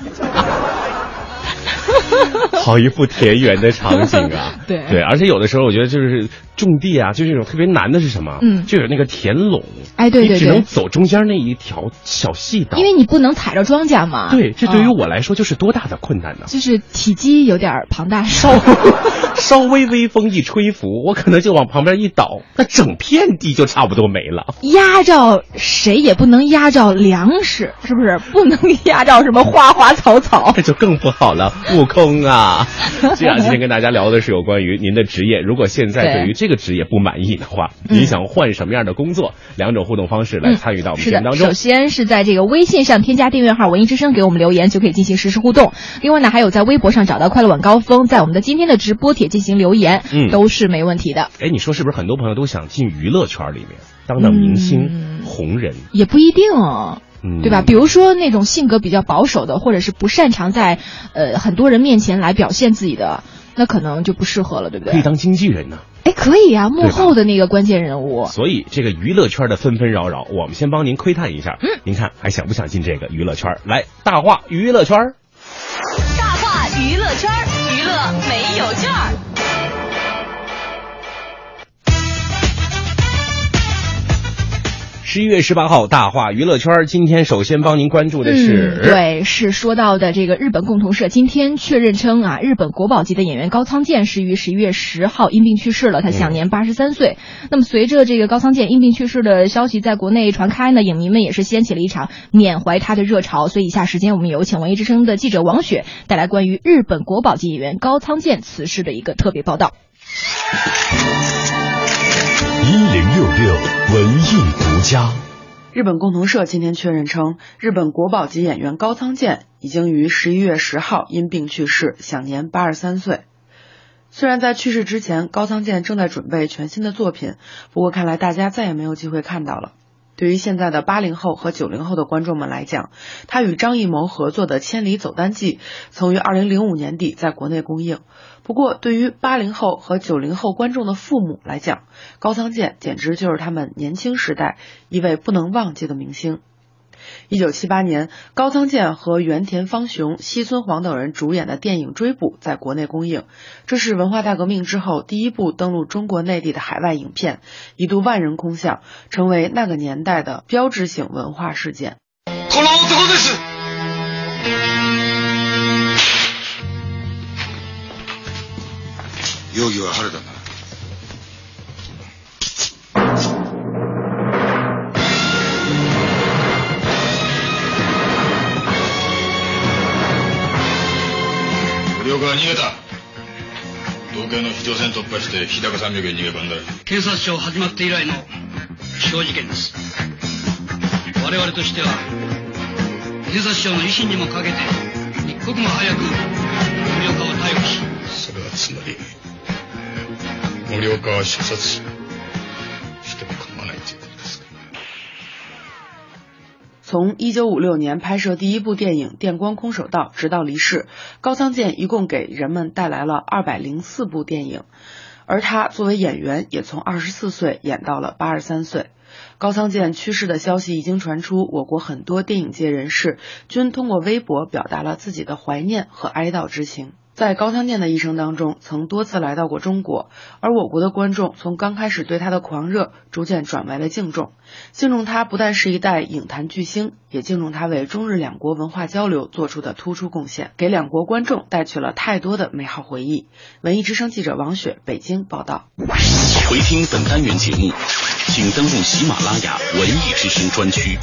S3: 好一副田园的场景啊！
S4: 对
S3: 对，而且有的时候我觉得就是种地啊，就是那种特别难的是什么？
S4: 嗯
S3: 就有那个田垄。
S4: 哎对对
S3: 你只
S4: 对
S3: 能走中间那一条小细道。
S4: 因为你不能踩着庄稼嘛。
S3: 对，这对于
S4: 嗯
S3: 我来说就是多大的困难呢？
S4: 就是体积有点儿庞大，
S3: 稍 稍微微风一吹拂，我可能就往旁边一倒，那整片地就差不多没了。
S4: 压着谁也不能压着粮食，是不是？不能压着什么花花草 草。
S3: 那就更不好了，悟空 啊！这样今天跟大家聊的是有关于您的职业，如果现在
S4: 对
S3: 对于这个职业不满意的话，
S4: 嗯
S3: 您想换什么样的工作？两种互动方式来参与到我
S4: 嗯
S3: 们
S4: 是
S3: 节目
S4: 的，
S3: 当中
S4: 首。先是在这个微信上添加订阅号“文艺之声”，给我们留言就可以进行实时互动。另外呢，还有在微博上找到“快乐晚高峰”，在我们的今天的直播帖进行留言，
S3: 嗯
S4: 都是没问题的。
S3: 哎，你说是不是很多朋友都想进娱乐圈里面当当明星、
S4: 嗯
S3: 红人？
S4: 也不一定、哦。
S3: 嗯
S4: 对吧？比如说那种性格比较保守的，或者是不擅长在呃很多人面前来表现自己的，那可能就不适合了，对不
S3: 可以
S4: 对？
S3: 当经纪人呢、
S4: 哎，可以啊，
S3: 对
S4: 幕
S3: 吧
S4: 后的那个关键人物，
S3: 所以这个娱乐圈的纷纷扰扰，我们先帮您窥探一下。嗯，您看还想不想进这个娱乐圈？来，大话娱乐圈儿。
S8: 大话娱乐圈儿，娱乐没有券儿。
S3: 十一月十八号，大话娱乐圈儿。今天首先帮您关注的是，
S4: 嗯、，对，是说到的这个日本共同社今天确认称啊，日本国宝级的演员高仓健是于十一月十号因病去世了，他享年八十三岁。那么随着这个高仓健因病去世的消息在国内传开呢，影迷们也是掀起了一场缅怀他的热潮。所以以下时间我们有请文艺之声的记者王雪带来关于日本国宝级演员高仓健辞世的一个特别报道。
S1: 一零六六文艺独家。
S2: 日本共同社今天确认称，日本国宝级演员高仓健已经于十一月十号因病去世，享年八十三岁。虽然在去世之前，高仓健正在准备全新的作品，不过看来大家再也没有机会看到了。对于现在的八零后和九零后的观众们来讲，他与张艺谋合作的《千里走单记》曾于二零零五年底在国内公映。不过，对于八零后和九零后观众的父母来讲，高仓健简直就是他们年轻时代一位不能忘记的明星。一九七八年，高仓健和原田芳雄、西村晃等人主演的电影《追捕》在国内公映，这是文化大革命之后第一部登陆中国内地的海外影片，一度万人空巷，成为那个年代的标志性文化事件。
S5: この男です容疑は晴れたな
S9: は逃げた東京の非常線突破して日高山脈へ逃げ込んだ
S10: 警察庁始まって以来の小事件です我々としては警察庁の威信にもかけて一刻も早く森岡を逮捕し
S9: それはつまり森岡は射殺しても構わないということですか
S2: 从1956年拍摄第一部电影《电光空手道》直到离世，高仓健一共给人们带来了204部电影，而他作为演员也从24岁演到了83岁。高仓健去世的消息一经传出，我国很多电影界人士均通过微博表达了自己的怀念和哀悼之情。在高仓健的一生当中，曾多次来到过中国，而我国的观众从刚开始对他的狂热，逐渐转为了敬重。敬重他不但是一代影坛巨星，也敬重他为中日两国文化交流做出的突出贡献，给两国观众带去了太多的美好回忆。文艺之声记者王雪北京报道。
S7: 回听本单元节目，请登录喜马拉雅文艺之声专区。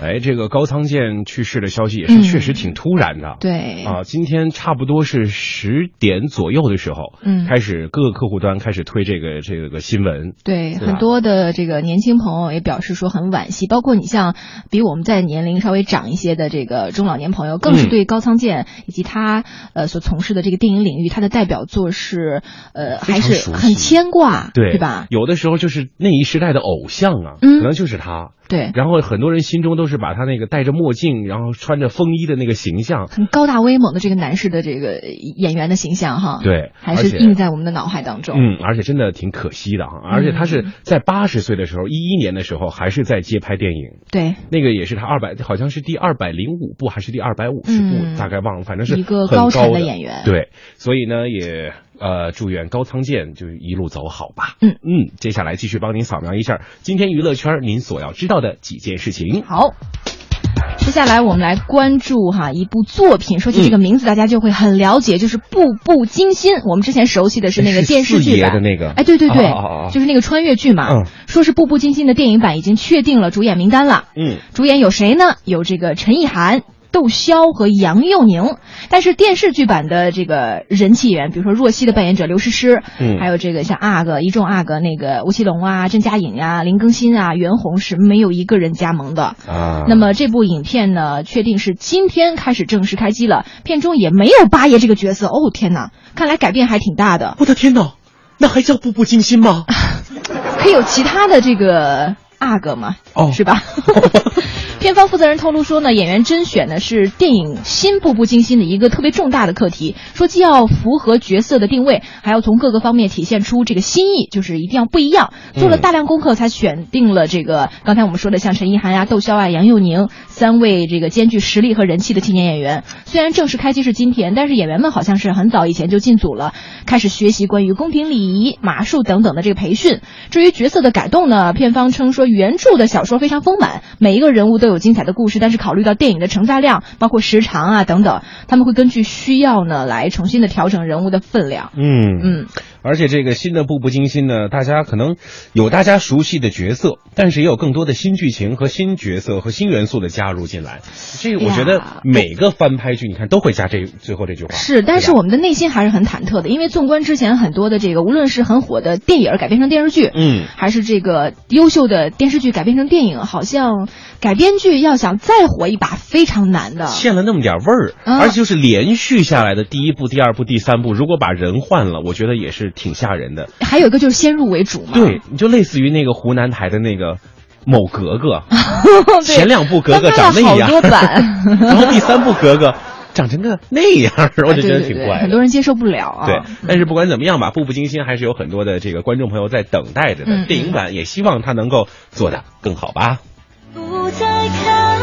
S3: 哎，这个高仓健去世的消息也是
S4: 嗯
S3: 确实挺突然的。
S4: 对
S3: 啊，今天差不多是十点左右的时候，
S4: 嗯
S3: 开始各个客户端开始推这个这个新闻，
S4: 对，
S3: 对吧
S4: 很多的这个年轻朋友也表示说很惋惜，包括你像比我们在年龄稍微长一些的这个中老年朋友，更是
S3: 嗯
S4: 对高仓健以及他呃所从事的这个电影领域，他的代表作是呃
S3: 非
S4: 还
S3: 常
S4: 是
S3: 熟
S4: 很
S3: 悉
S4: 牵挂，
S3: 对
S4: 对吧？
S3: 有的时候就是那一时代的偶像啊，
S4: 嗯
S3: 可能就是他。
S4: 对，
S3: 然后很多人心中都是把他那个戴着墨镜，然后穿着风衣的那个形象，
S4: 很高大威猛的这个男士的这个演员的形象哈，
S3: 对
S4: 还
S3: 而
S4: 是
S3: 且
S4: 印在我们的脑海当中。
S3: 嗯，而且真的挺可惜的哈。而且他
S4: 嗯
S3: 是在八十岁的时候，一一年的时候还是在接拍电影，
S4: 对，
S3: 那个也是他二百，好像是第二百零五部还是第二百五十部，
S4: 嗯
S3: 大概忘了，反正是
S4: 一个
S3: 很
S4: 高
S3: 高
S4: 产的
S3: 的
S4: 演员
S3: 对，所以呢，也呃祝愿高仓健就一路走好吧。
S4: 嗯
S3: 嗯，接下来继续帮您扫描一下今天娱乐圈您所要知道的几件事情。
S4: 好。接下来我们来关注哈一部作品，说起这个名字，大家就会很了解，就是《步步惊心》。我们之前熟悉的是那个
S3: 是
S4: 电视
S3: 四
S4: 剧
S3: 爷
S4: 版
S3: 的那个
S4: 哎，对对对，
S3: 哦哦哦哦
S4: 就是那个穿越剧嘛。
S3: 嗯
S4: 说是《步步惊心》的电影版已经确定了主演名单了。
S3: 嗯，
S4: 主演有谁呢？有这个陈意涵。窦骁和杨佑宁，但是电视剧版的这个人气演员，比如说若曦的扮演者刘诗诗，
S3: 嗯
S4: 还有这个像阿哥、一众阿哥那个吴奇隆啊、郑嘉颖啊、林更新啊、袁弘是没有一个人加盟的。
S3: 啊，
S4: 那么这部影片呢，确定是今天开始正式开机了。片中也没有八爷这个角色，哦天哪，看来改变还挺大的，
S3: 我的天哪，那还叫步步惊心吗？
S4: 可以有其他的这个阿哥嘛，
S3: 哦
S4: 是吧？片方负责人透露说呢，演员甄选呢是电影《新步步惊心》的一个特别重大的课题，说既要符合角色的定位，还要从各个方面体现出这个新意，就是一定要不一样。做了大量功课，才选定了这个刚才我们说的像陈意涵呀、窦骁啊、杨佑宁三位这个兼具实力和人气的青年演员。虽然正式开机是今天，但是演员们好像是很早以前就进组了，开始学习关于宫廷礼仪、马术等等的这个培训。至于角色的改动呢，片方称说原著的小说非常丰满，每一个人物都有精彩的故事，但是考虑到电影的承载量，包括时长啊等等，他们会根据需要呢来重新的调整人物的分量。
S3: 嗯
S4: 嗯，
S3: 而且这个新的《步步惊心》呢，大家可能有大家熟悉的角色，但是也有更多的新剧情和新角色和新元素的加入进来。这个我觉得
S4: 呀
S3: 每个翻拍剧，你看都会加这最后这句话。
S4: 是，但是
S3: 对吧
S4: 我们的内心还是很忐忑的，因为纵观之前很多的这个，无论是很火的电影儿改编成电视剧，
S3: 嗯
S4: 还是这个优秀的电视剧改编成电影，好像改编剧要想再火一把非常难的。
S3: 欠了那么点味儿，
S4: 啊
S3: 而且就是连续下来的第一部、第二部、第三部，如果把人换了，我觉得也是挺吓人的。
S4: 还有一个就是先入为主嘛，
S3: 对，你就类似于那个湖南台的那个某 格格，
S4: 对
S3: 前两部格格长那
S4: 翻拍了
S3: 样，
S4: 好多版，
S3: 然后第三部格格长成个那样儿，我就觉得
S4: 啊对对
S3: 挺
S4: 对
S3: 怪的。
S4: 很多人接受不了啊。
S3: 对，但是不管怎么样吧，《步步惊心》还是有很多的这个观众朋友在等待着的。
S4: 嗯
S3: 电影版也希望它能够做得更好吧。
S8: 不再看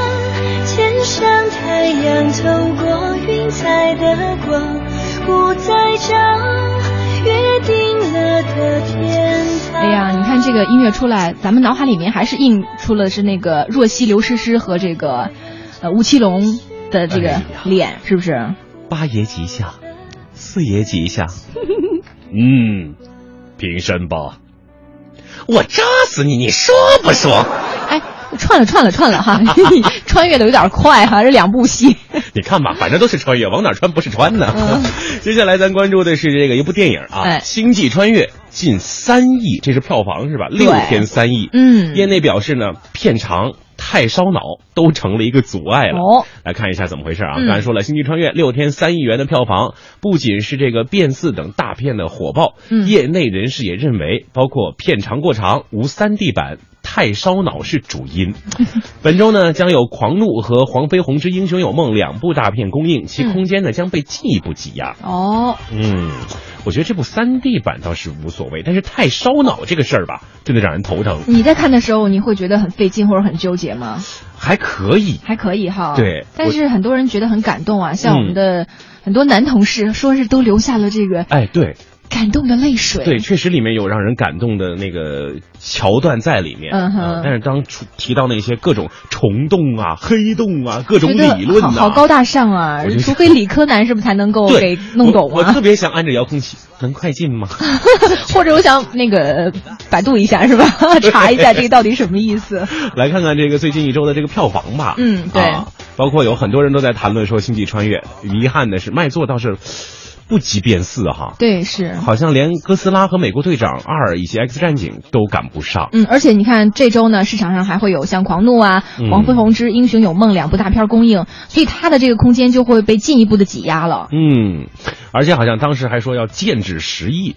S8: 天上太阳透过云彩的光，不再找约定了的天堂。
S4: 哎呀，你看这个音乐出来，咱们脑海里面还是映出了是那个若曦、刘诗诗和这个，呃，吴奇隆的这
S3: 哎
S4: 个
S3: 呀
S4: 脸，是不是？
S3: 八爷吉祥，四爷 吉祥。嗯，平身吧。我扎死你，你说不说？
S4: 哎，串了串了串了 哈，穿越的有点快哈，这两部戏。
S3: 你看 吧，反正都是穿越，往哪穿不是穿呢。 接下来咱关注的是这个一部电影啊，
S4: 嗯哎
S3: 星际穿越》近三亿，这是票房是吧？
S4: 对
S3: 六天三亿。
S4: 嗯
S3: 业内表示呢，片长。太烧脑都成了一个阻碍了。
S4: 哦，
S3: 来看一下怎么回事啊？
S4: 嗯
S3: 刚才说了，《星际穿越》六天三亿元的票房，不仅是这个《变四》等大片的火爆，
S4: 嗯
S3: 业内人士也认为，包括片长过长、无 3D 版、太烧脑是主 因。本周呢，将有《狂怒》和《黄飞鸿之英雄有梦》两部大片公映，其
S4: 嗯
S3: 空间呢将被进一步挤压。
S4: 哦，
S3: 嗯，我觉得这部 3D 版倒是无所谓，但是太烧脑这个事儿吧，真的让人头疼。
S4: 你在看的时候，你会觉得很费劲或者很纠结吗？
S3: 还可以，
S4: 还可以哈。
S3: 对
S4: 但是很多人觉得很感动啊，像我
S3: 嗯
S4: 们的很多男同事，说是都流下了这个
S3: 哎，对
S4: 感动的泪水。
S3: 对，确实里面有让人感动的那个桥段在里面。
S4: 嗯哼
S3: 啊但是当出提到那些各种虫洞啊、黑洞啊、各种
S4: 觉得
S3: 理论呐、
S4: 好好高大上啊
S3: 我就！
S4: 除非理科男是不是才能够
S3: 对
S4: 给弄懂
S3: 我。我
S4: 啊
S3: 特？别想按着遥控器，能快进吗？
S4: 或者我想那个呃百度一下是 吧？ 查一下这个到底什么意思？
S3: 来看看这个最近一周的这个票房吧。
S4: 嗯对
S3: 啊包括有很多人都在谈论说《星际穿越》，遗憾的是卖座倒是不及变四哈，
S4: 对，是。
S3: 好像连《哥斯拉》和《美国队长二》以及《X 战警》都赶不上。
S4: 嗯，而且你看这周呢，市场上还会有像《狂怒》啊、
S3: 嗯
S4: 《黄飞鸿之英雄有梦》两部大片公映，所以它的这个空间就会被进一步的挤压了。
S3: 嗯，而且好像当时还说要剑指十亿。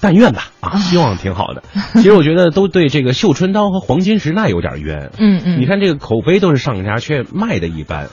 S3: 但愿吧，啊，希望挺好的。其实我觉得都对这个绣春刀和黄金时代有点冤。
S4: 嗯嗯
S3: 你看这个口碑都是上佳，却卖的一般。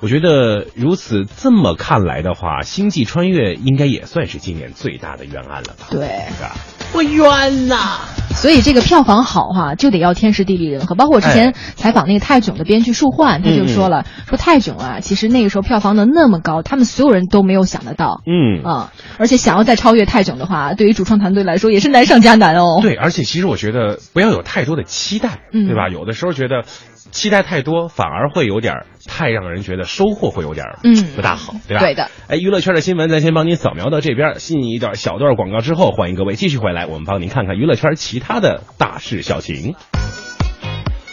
S3: 我觉得如此这么看来的话，《星际穿越》应该也算是今年最大的冤案了吧？
S4: 对，
S3: 是吧？
S4: 我冤呐！所以这个票房好哈、就得要天时地利人和。包括我之
S3: 哎
S4: 前采访那个泰囧的编剧树焕，他
S3: 嗯
S4: 就说了，说泰囧啊，其实那个时候票房能那么高，他们所有人都没有想得到。
S3: 嗯
S4: 啊、而且想要再超越泰囧的话，对于主创团队来说也是难上加难哦。
S3: 对，而且其实我觉得不要有太多的期待，
S4: 嗯
S3: 对吧？有的时候觉得期待太多，反而会有点儿太让人觉得收获会有点儿
S4: 嗯
S3: 不大好，对吧？
S4: 对的。
S3: 哎，娱乐圈的新闻咱先帮您扫描到这边，信一段小段广告之后，欢迎各位继续回来，我们帮您看看娱乐圈其他的大事小情。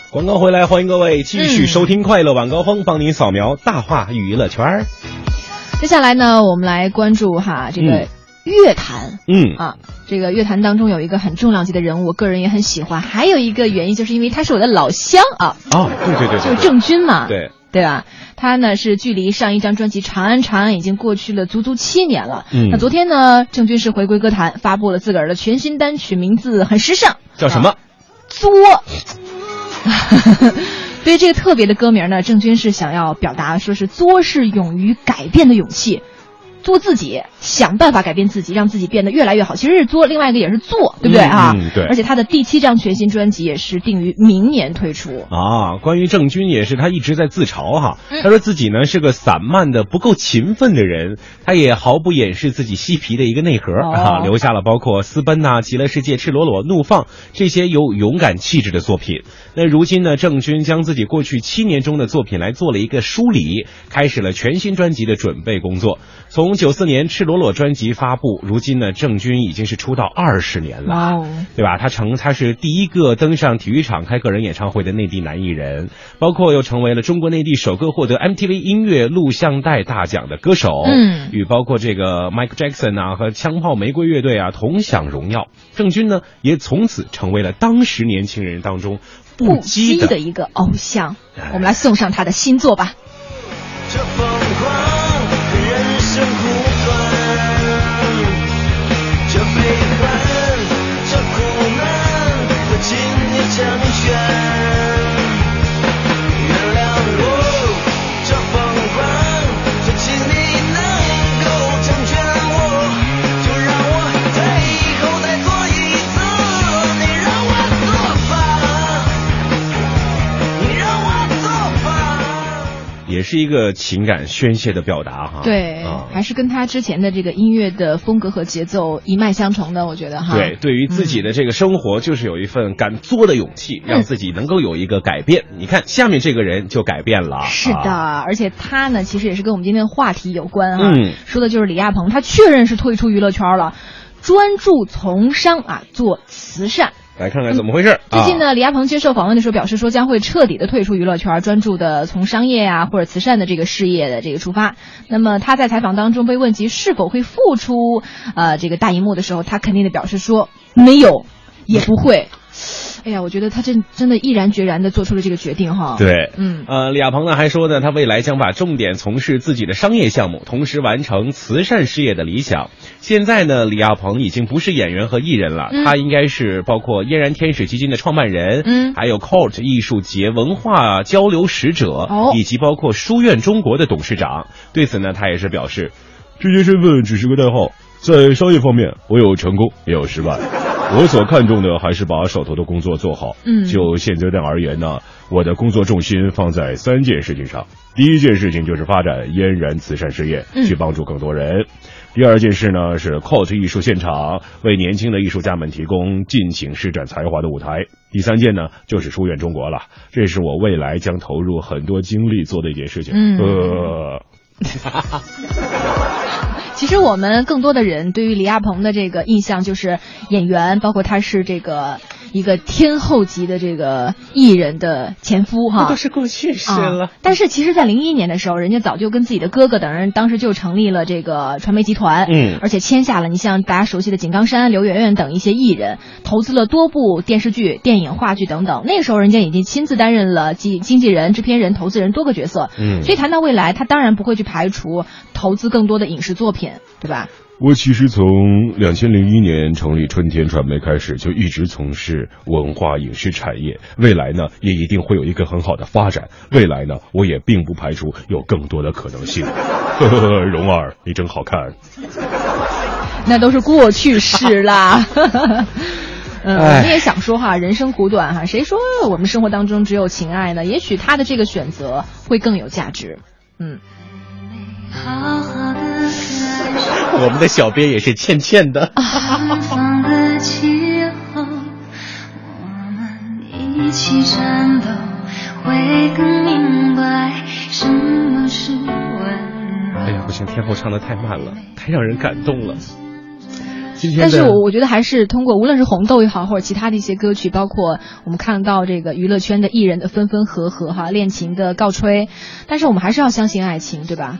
S3: 广告回来，欢迎各位继续
S4: 嗯
S3: 收听《快乐晚高峰》，帮您扫描大话娱乐圈儿。
S4: 接下来呢，我们来关注哈这个
S3: 嗯
S4: 乐坛。
S3: 嗯
S4: 啊，这个乐坛当中有一个很重量级的人物，我个人也很喜欢。还有一个原因，就是因为他是我的老乡啊，
S3: 哦，对对对
S4: 就
S3: 对
S4: 是郑钧嘛，
S3: 对，
S4: 对吧？他呢是距离上一张专辑《长安长安》已经过去了足足七年了。
S3: 嗯
S4: 那昨天呢，郑钧是回归歌坛，发布了自个儿的全新单曲，名字很时尚，
S3: 叫什么？
S4: 啊作。 对于这个特别的歌名呢，郑钧是想要表达说是作是勇于改变的勇气，做自己，想办法改变自己，让自己变得越来越好。其实是作，另外一个也是做，对不对
S3: 嗯
S4: 啊？
S3: 嗯对
S4: 而且他的第七张全新专辑也是定于明年推出。
S3: 啊，关于郑钧也是，他一直在自嘲哈。
S4: 嗯
S3: 他说自己呢是个散漫的、不够勤奋的人，他也毫不掩饰自己嬉皮的一个内核、
S4: 哦
S3: 啊，留下了包括《私奔》呐、《极乐世界》《赤裸裸》《怒放》这些有勇敢气质的作品。那如今呢，郑钧将自己过去七年中的作品来做了一个梳理，开始了全新专辑的准备工作。从九四年《赤裸裸》专辑发布，如今呢，郑钧已经是出道二十年了。
S4: 哇哦！
S3: 对吧？他成他是第一个登上体育场开个人演唱会的内地男艺人，包括又成为了中国内地首个获得 MTV 音乐录像带大奖的歌手，
S4: 嗯
S3: 与包括这个 Michael Jackson 啊和枪炮玫瑰乐队啊同享荣耀。郑钧呢，也从此成为了当时年轻人当中不
S4: 不
S3: 羁
S4: 羁
S3: 的
S4: 的一个偶像
S3: 哎。
S4: 我们来送上他的新作吧。
S5: 这疯狂，人生苦短，这背叛，这苦难，我今夜成全。原谅我这疯狂，就请你能够成全我，就让我退后再做一次，你让我做吧，你让我做吧。
S3: 也是一个情感宣泄的表达哈。
S4: 对
S3: 啊，
S4: 还是跟他之前的这个音乐的风格和节奏一脉相承的，我觉得哈。嗯
S3: 对，，对于自己的这个生活，就是有一份敢作的勇气，让自己能够有一个改变。你看下面这个人就改变了，
S4: 是的，
S3: 啊
S4: 而且他呢，其实也是跟我们今天的话题有关哈，
S3: 嗯
S4: 说的就是李亚鹏，他确认是退出娱乐圈了，专注从商啊，做慈善。
S3: 来看看怎么回事。啊
S4: 最近呢，李亚鹏接受访问的时候表示说，将会彻底的退出娱乐圈，专注的从商业呀、或者慈善的这个事业的这个出发。那么他在采访当中被问及是否会复出呃这个大荧幕的时候，他肯定的表示说没有，也不会。哎呀，我觉得他真真的毅然决然的做出了这个决定哈。
S3: 对，
S4: 嗯，
S3: 呃，李亚鹏呢还说呢，他未来将把重点从事自己的商业项目，同时完成慈善事业的理想。现在呢，李亚鹏已经不是演员和艺人了，
S4: 嗯
S3: 他应该是包括嫣然天使基金的创办人，
S4: 嗯
S3: 还有 Court 艺术节文化交流使者，
S4: 哦
S3: 以及包括书院中国的董事长。对此呢，他也是表示，这些身份只是个代号，在商业方面，我有成功，也有失败。我所看重的还是把手头的工作做好。
S11: 嗯
S3: 就现阶段而言呢，我的工作重心放在三件事情上。第一件事情就是发展嫣然慈善事业，
S11: 嗯
S3: 去帮助更多人。第二件事呢是 COT 艺术现场为年轻的艺术家们提供尽情施展才华的舞台。第三件呢就是书院中国了，这是我未来将投入很多精力做的一件事情。
S4: 嗯
S3: 呃，
S4: 其实我们更多的人对于李亚鹏的这个印象就是演员，包括他是这个一个天后级的这个艺人的前夫哈，
S3: 那都是过去式
S4: 啊
S3: 了。
S4: 但是其实，在零一年的时候，人家早就跟自己的哥哥等人当时就成立了这个传媒集团，
S3: 嗯
S4: 而且签下了你像大家熟悉的井冈山、刘媛媛等一些艺人，投资了多部电视剧、电影、话剧等等。那时候人家已经亲自担任了经经纪人、制片人、投资人多个角色，
S3: 嗯
S4: 所以谈到未来，他当然不会去排除投资更多的影视作品，对吧？
S11: 我其实从两千零一年成立春天传媒开始，就一直从事文化影视产业。未来呢，也一定会有一个很好的发展。未来呢，我也并不排除有更多的可能 性。呵呵呵，蓉儿，你真好看。
S4: 那都是过去式 啦。嗯，我
S3: 哎
S11: 唉
S4: 们也想说哈，人生苦短哈，谁说我们生活当中只有情爱呢？也许他的这个选择会更有价值。嗯，
S3: 我们的小编也是欠欠的。
S8: 绽放的气候，我们一起战斗，会更明白什么是温柔。
S3: 哎呀，不行，天后唱的太慢了，太让人感动了。今天的
S4: 但是我我觉得还是通过无论是红豆也好，或者其他的一些歌曲，包括我们看到这个娱乐圈的艺人的分分合合哈，恋情的告吹，但是我们还是要相信爱情，对 吧？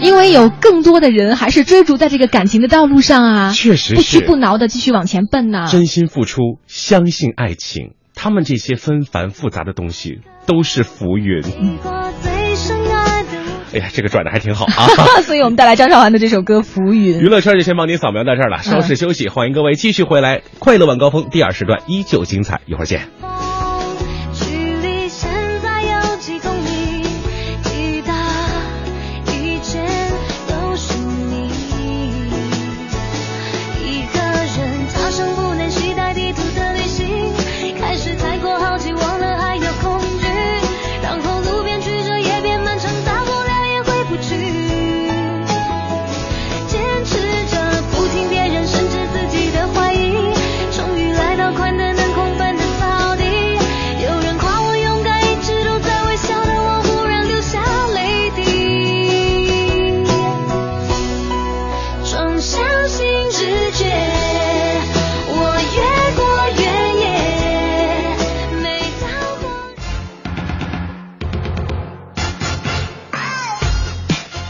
S4: 因为有更多的人还是追逐在这个感情的道路上啊，
S3: 确实
S4: 不屈
S3: 是
S4: 不挠的继续往前奔呐、
S3: 真心付出，相信爱情，他们这些纷繁复杂的东西都是 浮云。哎呀，这个转的还挺好啊。
S4: 所以我们带来张韶涵的这首歌《浮云》。
S3: 娱乐圈就先帮您扫描到这儿了，稍事休息，欢迎各位继续回来。快乐晚高峰第二时段依旧精彩，一会儿见。
S8: 距离现在有几公里？滴答一键都是你。一个人踏上不能携带地图的旅行，开始太过好奇，忘了还有恐惧。然后路边曲折也变漫长，大不了也回不去。坚持着不听别人甚至自己的怀疑，终于来到宽的能空泛的草地。有人夸我勇敢，一直都在微笑的我忽然流下泪滴。装相信直觉，我越过原野，每当。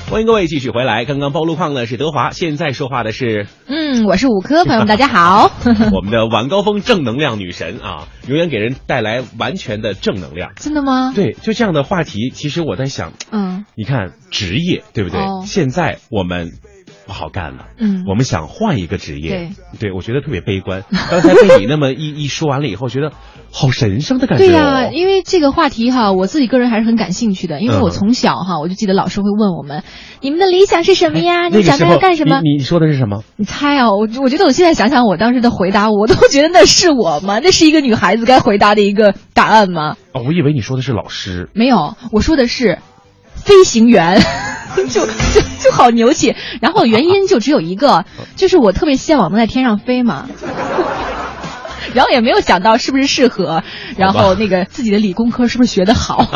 S3: 欢迎各位继续回来。刚刚暴露框呢是德华，现在说话的 是
S4: 嗯，我是五科， 朋友们大家好。
S3: 我们的晚高峰正能量女神啊，永远给人带来完全的正能量。
S4: 真的吗？
S3: 对，就这样的话题，其实我在想，
S4: 嗯
S3: 你看职业对不对？
S4: 哦
S3: 现在我们不好干了，
S4: 嗯
S3: 我们想换一个职业，对我觉得特别悲 观。刚才被你那么一一说完了以后，觉得好神圣的感觉、
S4: 对
S3: 哦。
S4: 呀、因为这个话题哈，我自己个人还是很感兴趣的，因为
S3: 嗯
S4: 我从小哈，我就记得老师会问我们，你们的理想是什么呀？
S3: 哎那
S4: 你
S3: 个
S4: 长
S3: 时
S4: 大
S3: 候
S4: 要干什么？
S3: 你你说的是什么？
S4: 你猜啊，我我觉得我现在想想我当时的回答，我都觉得那是我吗？那是一个女孩子该回答的一个答案吗？
S3: 哦，我以为你说的是老师。
S4: 没有，我说的是飞行员， 就就就好牛气。然后原因就只有一个，就是我特别向往能在天上飞嘛。 然后也没有想到是不是适合，然
S3: 好
S4: 后
S3: 吧
S4: 那个自己的理工科是不是学得好，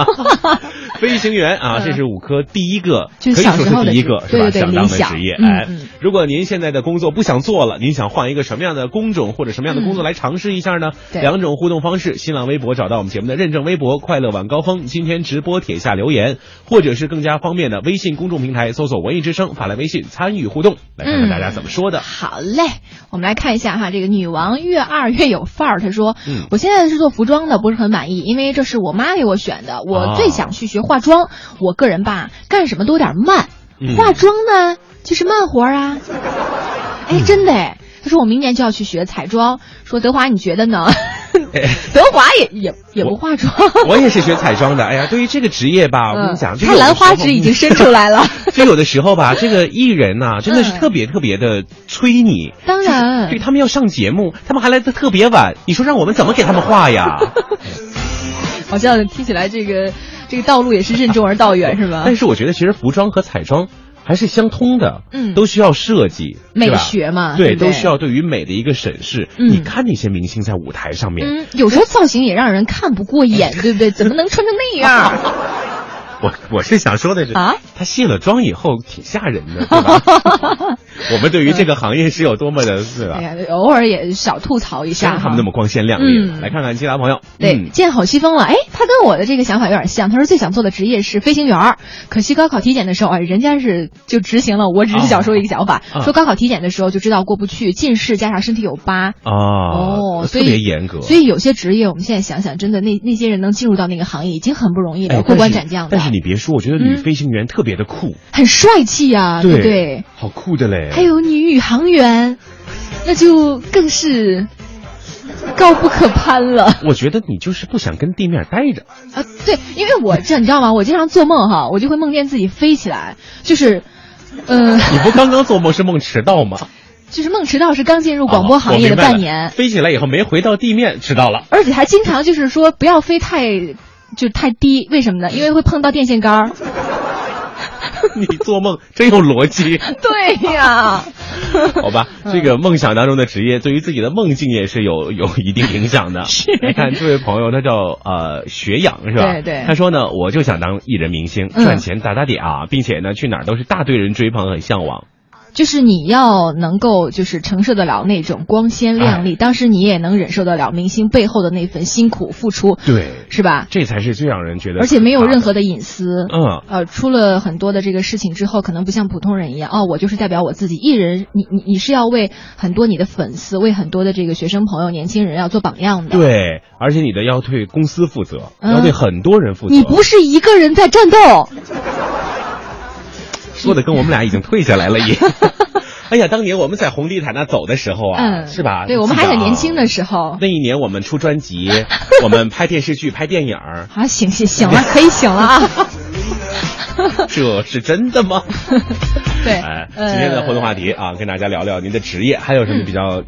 S3: 飞行员啊，这是五科第一个，
S4: 就是
S3: 可以
S4: 小
S3: 说
S4: 时候
S3: 是
S4: 的
S3: 第一
S4: 职
S3: 个是吧？
S4: 对对对
S3: 想当的
S4: 理想
S3: 职业，
S4: 嗯
S3: 哎
S4: 嗯，
S3: 如果您现在的工作不想做了，您想换一个什么样的工种或者什么样的工作来尝试一下呢？
S4: 对
S3: 两种互动方式：新浪微博找到我们节目的认证微博“快乐晚高峰”，今天直播帖下留言，或者是更加方便的微信公众平台搜索“文艺之声”，发来微信参与互动，来
S4: 嗯
S3: 看看大家怎么说的。
S4: 好嘞，我们来看一下哈，这个女王越二越有范儿。她说：“
S3: 嗯
S4: 我现在是做服装的，不是很满意，因为这是我妈给我选的。
S3: 啊
S4: 我最想去学化妆，我个人吧，干什么都有点慢。
S8: 嗯
S4: 化妆呢，就是慢活儿啊。
S3: 嗯
S4: 哎，真的哎。”她说：“我明年就要去学彩妆。”说德华，你觉得 呢？德华也也也不化妆。
S3: 哎 我也是学彩妆的，哎呀，对于这个职业吧，我跟你讲，这
S4: 他
S3: 个有
S4: 嗯
S3: 的
S4: 兰花
S3: 时候
S4: 指 已经伸出来了。嗯
S3: 就有的时候 吧，这个艺人呐、真的是特别特别的催你。
S4: 当然，
S3: 对他们要上节目，他们还来的特别晚，你说让我们怎么给他们画呀？
S4: 好像听起来这个这个道路也是任重而道远， 是吧？
S3: 但是我觉得其实服装和彩妆还是相通的，
S4: 嗯
S3: 都需要设计，
S4: 美
S3: 对吧
S4: 学嘛
S3: 对，
S4: 对不对
S3: 都需要对于美的一个审视。
S4: 嗯
S3: 你看那些明星在舞台上面，
S4: 嗯，有时候造型也让人看不过眼，对不对？怎么能穿成那 样？
S3: 我我是想说的是
S4: 啊，
S3: 他卸了妆以后挺吓人 的，对吧？ 我们对于这个行业是有多么的，对吧？
S4: 哎呀，偶尔也少吐槽一
S3: 谁
S4: 下
S3: 让他
S4: 哈
S3: 们那。么光嗯鲜亮丽了？
S4: 嗯
S3: 来看看其他朋友，
S4: 对，见好西风了。哎，他跟我的这个想法有点像。他说最想做的职业是飞行员儿，可惜高考体检的时候啊，人家是就执行了。我只是想说一个想法，
S3: 啊啊
S4: 说高考体检的时候就知道过不去，近视加上身体有疤，
S3: 啊，
S4: 哦，
S3: 特
S4: 所以
S3: 别严格，
S4: 所以有些职业，我们现在想想，真的那那些人能进入到那个行业已经很不容易
S3: 哎
S4: 了，过关斩将的
S3: 但是。但，是你别说，我觉得
S4: 嗯
S3: 女飞行员特别的酷，
S4: 很帅气呀，对不对？
S3: 好酷的嘞。
S4: 还有女宇航员，那就更是高不可攀了。
S3: 我觉得你就是不想跟地面待着，
S4: 啊，对，因为我这你知道吗？我经常做梦哈，我就会梦见自己飞起来，就是，嗯、
S3: 你不刚刚做梦是梦迟 到吗？
S4: 就是梦迟到是刚进入广播
S3: 啊
S4: 行业的
S3: 我明白了
S4: 半年，
S3: 飞起来以后没回到地面，迟到了。
S4: 而且还经常就是说不要飞太就太低，为什么呢？因为会碰到电线杆儿。
S3: 你做梦真有逻 辑，
S4: 对 呀，
S3: 好吧？
S4: 嗯
S3: 这个梦想当中的职业，对于自己的梦境也是有 有一定影响的。是来看这位朋友，他叫呃学养是吧？
S4: 对对
S3: 他说呢，我就想当艺人明星，
S4: 嗯
S3: 赚钱打打点啊，并且呢，去哪儿都是大堆人追捧，很向往。
S4: 就是你要能够就是承受得了那种光鲜亮
S3: 哎
S4: 丽，当时你也能忍受得了明星背后的那份辛苦付出，
S3: 对，
S4: 是吧？
S3: 这才是最让人觉得，
S4: 而且没有任何的隐私，
S3: 嗯
S4: 呃，出了很多的这个事情之后，可能不像普通人一样，哦，我就是代表我自己一人，你你你是要为很多你的粉丝，为很多的这个学生朋友、年轻人要做榜样的，
S3: 对，而且你的要对公司负责，
S4: 嗯
S3: 要对很多人负责。
S4: 你不是一个人在战斗，
S3: 说的跟我们俩已经退下来 了也。哎呀，当年我们在红地毯那走的时候啊，
S4: 嗯，
S3: 是吧？
S4: 对我们还很年轻
S3: 的。
S4: 的时候，
S3: 那一年我们出专辑，我们拍电视剧、拍电影儿，
S4: 啊，行行行了，可以行了啊，
S3: 这是真的吗？
S4: 对，呃
S3: 哎，今天的活动话题啊，跟大家聊聊您的职业，还有什么比较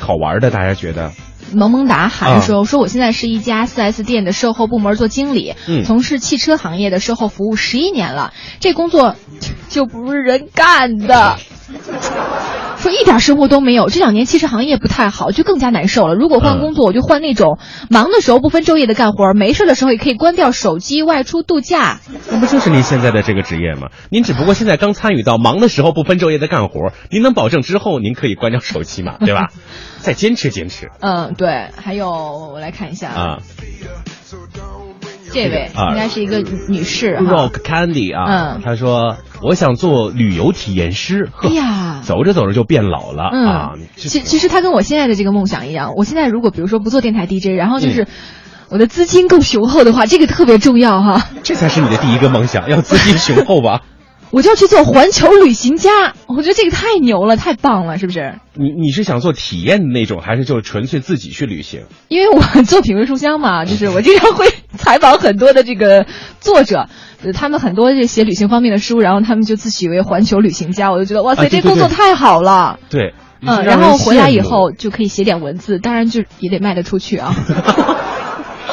S3: 好玩的？大家觉得？
S4: 萌萌达喊着
S3: 嗯
S4: 说：“说我现在是一家 4S 店的售后部门做经理，
S3: 嗯
S4: 从事汽车行业的售后服务十一年了，这工作就不是人干的。”
S3: 嗯
S4: 说一点收获都没有，这两年汽车行业不太好，就更加难受了。如果
S3: 嗯
S4: 换工作，我就换那种忙的时候不分昼夜的干活，没事的时候也可以关掉手机外出度假。
S3: 那不就是您现在的这个职业吗？您只不过现在刚参与到忙的时候不分昼夜的干活，您能保证之后您可以关掉手机嘛？对吧？再坚持坚持
S4: 嗯，对。还有，我来看一下，
S3: 啊
S4: 这位
S3: 啊
S4: 应该是一个女士哈。
S3: ！Rock Candy 啊，
S4: 嗯
S3: 他说我想做旅游体验师，呵
S4: 哎呀
S3: 走着走着就变老了
S4: 嗯，
S3: 啊！
S4: 其其实他跟我现在的这个梦想一样，我现在如果比如说不做电台 DJ，然后
S3: 嗯
S4: 就是我的资金够雄厚的话，这个特别重要哈，
S3: 这才是你的第一个梦想，要资金雄 厚吧？
S4: 我就要去做环球旅行家，我觉得这个太牛了，太棒了，是不是？
S3: 你你是想做体验的那种，还是就纯粹自己去旅行？
S4: 因为我做品味书香 嘛，就是我经常会采访很多的这个作者，呃他们很多这写旅行方面的书，然后他们就自诩为环球旅行家，我就觉得哇塞，
S3: 啊对
S4: 这工作
S3: 对对
S4: 太好了。
S3: 对，你是
S4: 嗯，然
S3: 让人
S4: 后回来以
S3: 羡慕
S4: 后就可以写点文字，当然就也得卖得出去啊。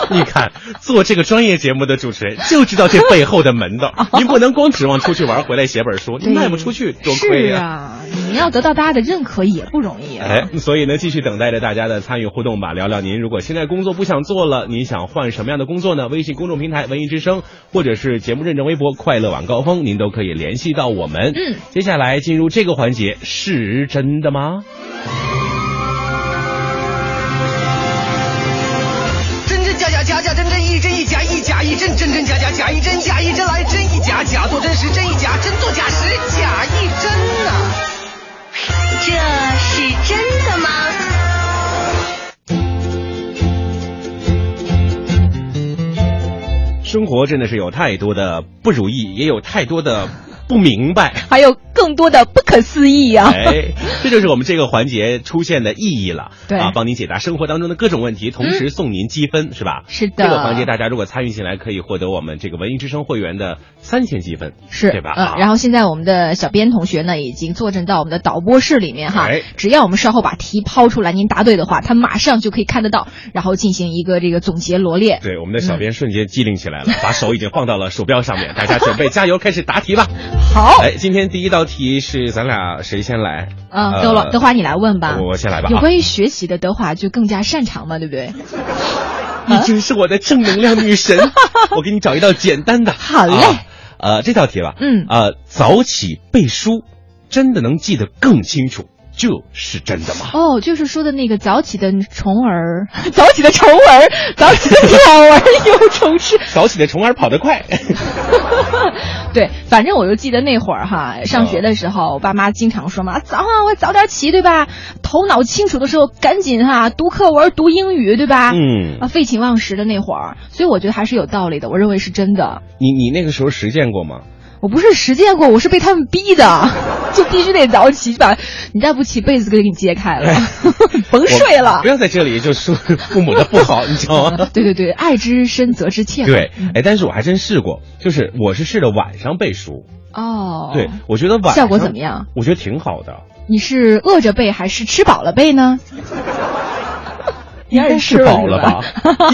S3: 你看，做这个专业节目的主持人就知道这背后的门 道，您不能光指望出去玩回来写本书，您卖不出去多亏
S4: 是啊，你要得到大家的认可也不容易啊。
S3: 哎，所以呢，继续等待着大家的参与互动吧。聊聊您如果现在工作不想做了，您想换什么样的工作呢？微信公众平台“文艺之声”或者是节目认证微博“快乐晚高峰”，您都可以联系到我们。
S4: 嗯，
S3: 接下来进入这个环节，是真的吗？
S12: 真真假假，假假真真，一真一假，一假一真，真真假假，假一真，假一真来，真一假，假做真实，真一假，真做假实，假一真呐、
S8: 这是真的吗？
S3: 生活真的是有太多的不如意，也有太多的不 明白。
S4: 还有更多的不可思议啊！
S3: 哎，这就是我们这个环节出现的意义了。
S4: 对嗯
S3: 啊，帮您解答生活当中的各种问题，同时送您积分，是吧？
S4: 是的
S3: 这个环节大家如果参与进来，可以获得我们这个文艺之声会员的三千积分，
S4: 是
S3: 对吧？
S4: 嗯，然后现在我们的小编同学呢，已经坐镇到我们的导播室里面哈。
S3: 哎
S4: 只要我们稍后把题抛出来，您答对的话，他马上就可以看得到，然后进行一个这个总结罗列。
S3: 对，我们的小编瞬间机灵起来了，把手已经放到了鼠标上面，大家准备加油，开始答题吧。
S4: 好，
S3: 哎，今天第一道题是咱俩谁先来？
S4: 嗯，
S3: 呃
S4: 德老德华，你来问吧。
S3: 我我先来吧啊。
S4: 有关于学习的，德华就更加擅长嘛，对不对？
S3: 你真啊是我的正能量女神。 我给你找一道简单的。好
S4: 嘞
S3: 呃，这道题吧，
S4: 嗯
S3: 呃，早起背书，真的能记得更清楚，这是真的吗？
S4: 哦，就是说的那个早起的虫儿，早起的虫儿，早起的鸟儿有虫吃。
S3: 早起的虫儿跑得快。
S4: 对，反正我就记得那会儿哈，上学的时候，我爸妈经常说嘛，早上我早点起，对吧？头脑清楚的时候，赶紧哈读课文、读英语，对吧？
S3: 嗯
S4: 啊，废寝忘食的那会儿，所以我觉得还是有道理的，我认为是真的。
S3: 你你那个时候实践过吗？
S4: 我不是实践过，我是被他们逼的，就必须得早起，把你再不起被子给你揭开了，甭睡
S3: 我
S4: 了
S3: 不。要在这里就说父母的不 好，你知道吗？
S4: 对对对，爱之深责之切。
S3: 对，哎，但是我还真试过，就是我是试着晚上背书，
S4: 哦，
S3: 对我觉得晚上
S4: 效果怎么样？
S3: 我觉得挺好的，
S4: 你是饿着背还是吃饱了背呢？
S3: 应该
S4: 吃
S3: 是
S4: 了
S3: 饱了吧？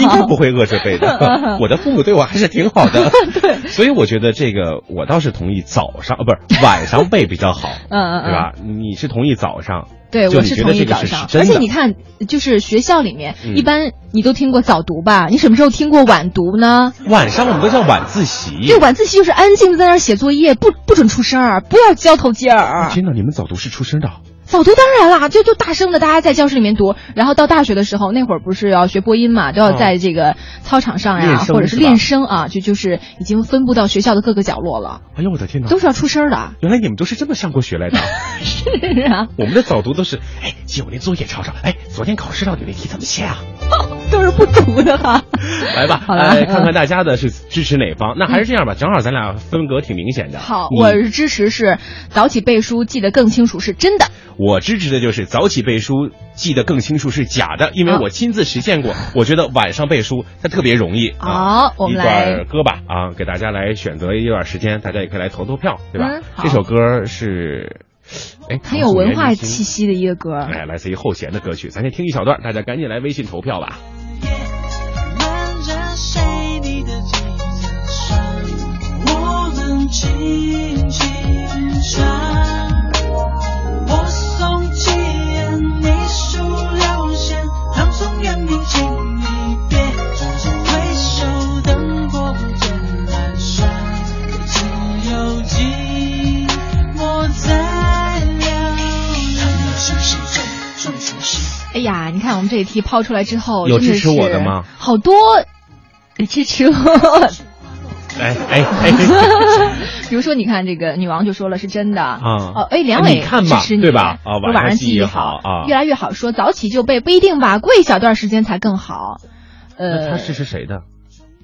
S3: 应该不会饿着 背的。我的父母对我还是挺好的，对，所以我觉得这个我倒是同意早上，呃，不是晚上背比较好，
S4: 嗯嗯嗯嗯
S3: 对吧？你是同意早上？
S4: 对，
S3: 就
S4: 我
S3: 你
S4: 是
S3: 觉
S4: 同
S3: 得
S4: 意
S3: 这个
S4: 早
S3: 是是
S4: 上，
S3: 真
S4: 而且
S3: 的
S4: 你看，就是学校里面、
S3: 嗯
S4: 一般你都听过早读吧？你什么时候听过晚读呢？
S3: 晚上我们都叫晚自习。
S4: 对，晚自习就是安静的在那儿写作业，不不准出声儿，不要交头接耳。
S3: 天哪，你们早读是出声的？啊
S4: 早读当然啦，就就大声的，大家在教室里面读。然后到大学的时候，那会儿不是要学播音嘛，都要
S3: 嗯
S4: 在这个操场上呀，
S3: 练声
S4: 或者是
S3: 是吧
S4: 练声啊，就就是已经分布到学校的各个角落了，
S3: 哎呦我的天哪！
S4: 都是要出声儿的。
S3: 原来你们都是这么上过学来的啊。
S4: 是啊，
S3: 我们的早读都是，哎，姐，我那作业抄抄。哎，昨天考试到底那题怎么写啊？
S4: 都是不读的 哈。
S3: 来吧，
S4: 好了
S3: 来
S4: 嗯
S3: 看看大家的是支持哪方。那还是这样吧，正好咱俩风格挺明显的。
S4: 好，
S3: 你
S4: 我支持是早起背书记得更清楚，是真的。
S3: 我支持的就是早起背书记得更清楚是假的，因为我亲自实践过，我觉得晚上背书它特别容易。啊
S4: 好我们
S3: 一
S4: 来
S3: 段歌吧啊，给大家来选择一段时间，大家也可以来投投票，对吧？
S4: 嗯好
S3: 这首歌是，哎，
S4: 很有文化气息的一个歌。
S3: 哎，来自于后弦的歌曲，咱先听一小段，大家赶紧来微信投票吧。
S13: 挽着谁你的紧手，我们轻轻唱。我送七言，你数六弦，唐宋元明请你别回首，灯火不见阑珊，只有寂寞在流连。
S4: 哎呀，你看我们这一题抛出来之后，
S3: 有
S4: 真
S3: 支持
S4: 是
S3: 我的吗
S4: 好多支持我。
S3: 哎哎哎，
S4: 比如说，你看这个女王就说了是真的啊 哦，哎，梁
S3: 哎
S4: 伟
S3: 你看吧
S4: 支持你
S3: 对吧啊
S4: 说
S3: 晚上
S4: 晚上
S3: 记忆
S4: 忆
S3: 好啊
S4: 越来越好。说早起就背不一定吧，过一小段时间才更好。
S3: 那
S4: 呃，
S3: 他支持谁的？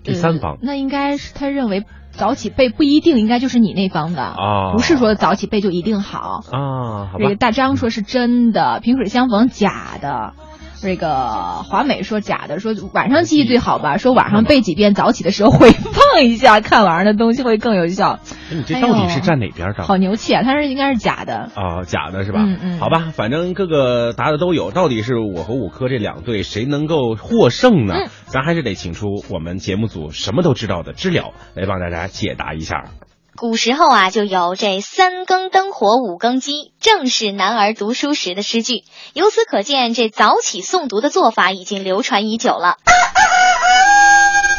S3: 第三方
S4: 呃。那应该是他认为早起背不一定，应该就是你那方的
S3: 哦
S4: 不是说早起背就一定好。
S3: 啊，好吧
S4: 这个。大张说是真的，萍水相逢假的。这个华美说假的，说晚上记忆最好吧，说晚上背几遍，早起的时候回放一下，看晚上的东西会更有效。
S3: 你这到底是站哪边的？
S4: 哎好牛气啊！他是应该是假的。
S3: 啊、假的是吧？
S4: 嗯嗯
S3: 好吧，反正各个答的都有，到底是我和五科这两队谁能够获胜呢？
S4: 嗯
S3: 咱还是得请出我们节目组什么都知道的知了来帮大家解答一下。
S14: 古时候啊，就有这“三更灯火五更鸡”，正是男儿读书时的诗句。由此可见，这早起诵读的做法已经流传已久了。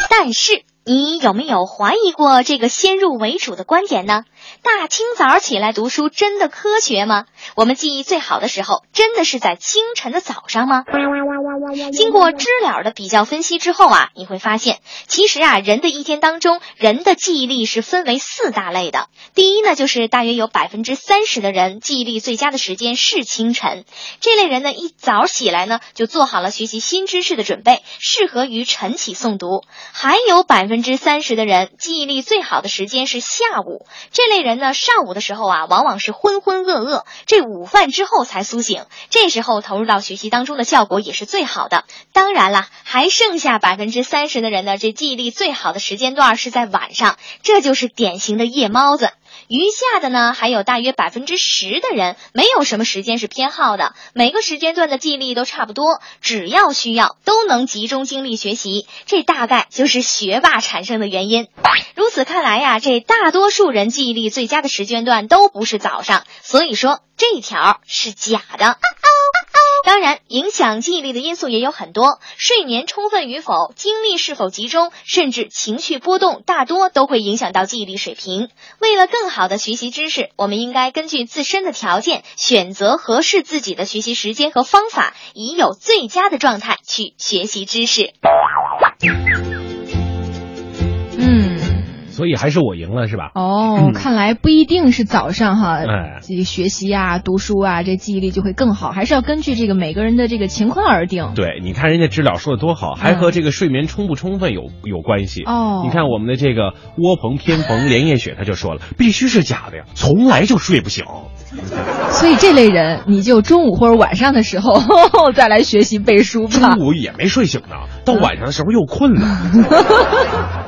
S14: 但是，你有没有怀疑过这个先入为主的观点呢？大清早起来读书真的科学吗？我们记忆最好的时候，真的是在清晨的早上吗？经过知了的比较分析之后啊，你会发现，其实啊，人的一天当中，人的记忆力是分为四大类的。第一呢，就是大约有百分之三十的人记忆力最佳的时间是清晨。这类人呢，一早起来呢，就做好了学习新知识的准备，适合于晨起诵读。还有百分之三十的人记忆力最好的时间是下午。这类人呢，上午的时候啊，往往是浑浑噩噩，这午饭之后才苏醒，这时候投入到学习当中的效果也是最好的。当然啦，还剩下百分之三十的人呢，这记忆力最好的时间段是在晚上，这就是典型的夜猫子。余下的呢，还有大约百分之十的人没有什么时间是偏好的，每个时间段的记忆力都差不多，只要需要都能集中精力学习，这大概就是学霸产生的原因。如此看来呀，这大多数人记忆力最佳的时间段都不是早上，所以说这条是假的。当然，影响记忆力的因素也有很多，睡眠充分与否、精力是否集中，甚至情绪波动，大多都会影响到记忆力水平。为了更好的学习知识，我们应该根据自身的条件，选择合适自己的学习时间和方法，以有最佳的状态去学习知识。
S4: 嗯
S3: 所以还是我赢了是吧？
S4: 哦，
S3: 嗯
S4: 看来不一定是早上哈
S3: 哎，
S4: 这个学习啊、读书啊，这记忆力就会更好，还是要根据这个每个人的这个情况而定。
S3: 对，你看人家知了说的多好，还和这个睡眠充不充分有有关系。
S4: 嗯哦
S3: 你看我们的这个窝棚偏逢连夜雪，他就说了，必须是假的呀，从来就 睡不醒。
S4: 所以这类人，你就中午或者晚上的时候 再来学习背书吧。
S3: 中午也没睡醒呢，到晚上的时候又困了。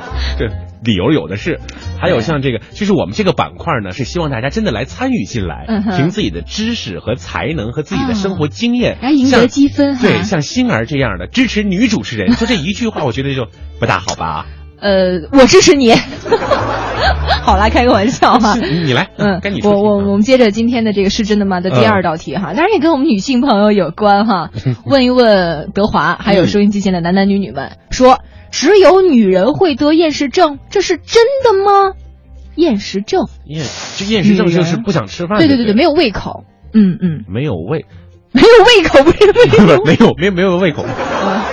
S3: 这理由有的是，还有像这个，就是我们这个板块呢，是希望大家真的来参与进来，
S4: 嗯哼嗯
S3: 凭自己的知识和才能和自己的生活经验
S4: 来赢得
S3: 像
S4: 积分哈
S3: 对，像星儿这样的支持女主持人，就这一句话，我觉得就不大好吧？
S4: 呃，我支持你。 好啦，开个玩笑哈。
S3: 你你来，
S4: 嗯，
S3: 该你
S4: 我
S3: 说。嗯
S4: 我我们接着今天的这个是真的吗的第二道题哈，当然也跟我们女性朋友有关 哈。问一问德华，还有收音机前的男男女女们，说只有女人会得厌食症，这是真的吗？厌食症，
S3: 厌就厌食症
S4: 女人
S3: 就是不想吃饭，
S4: 对
S3: 对
S4: 对对，没有胃口，嗯 嗯，
S3: 没有 胃，
S4: 没有胃口，不是
S3: 不是没有没有没有胃口，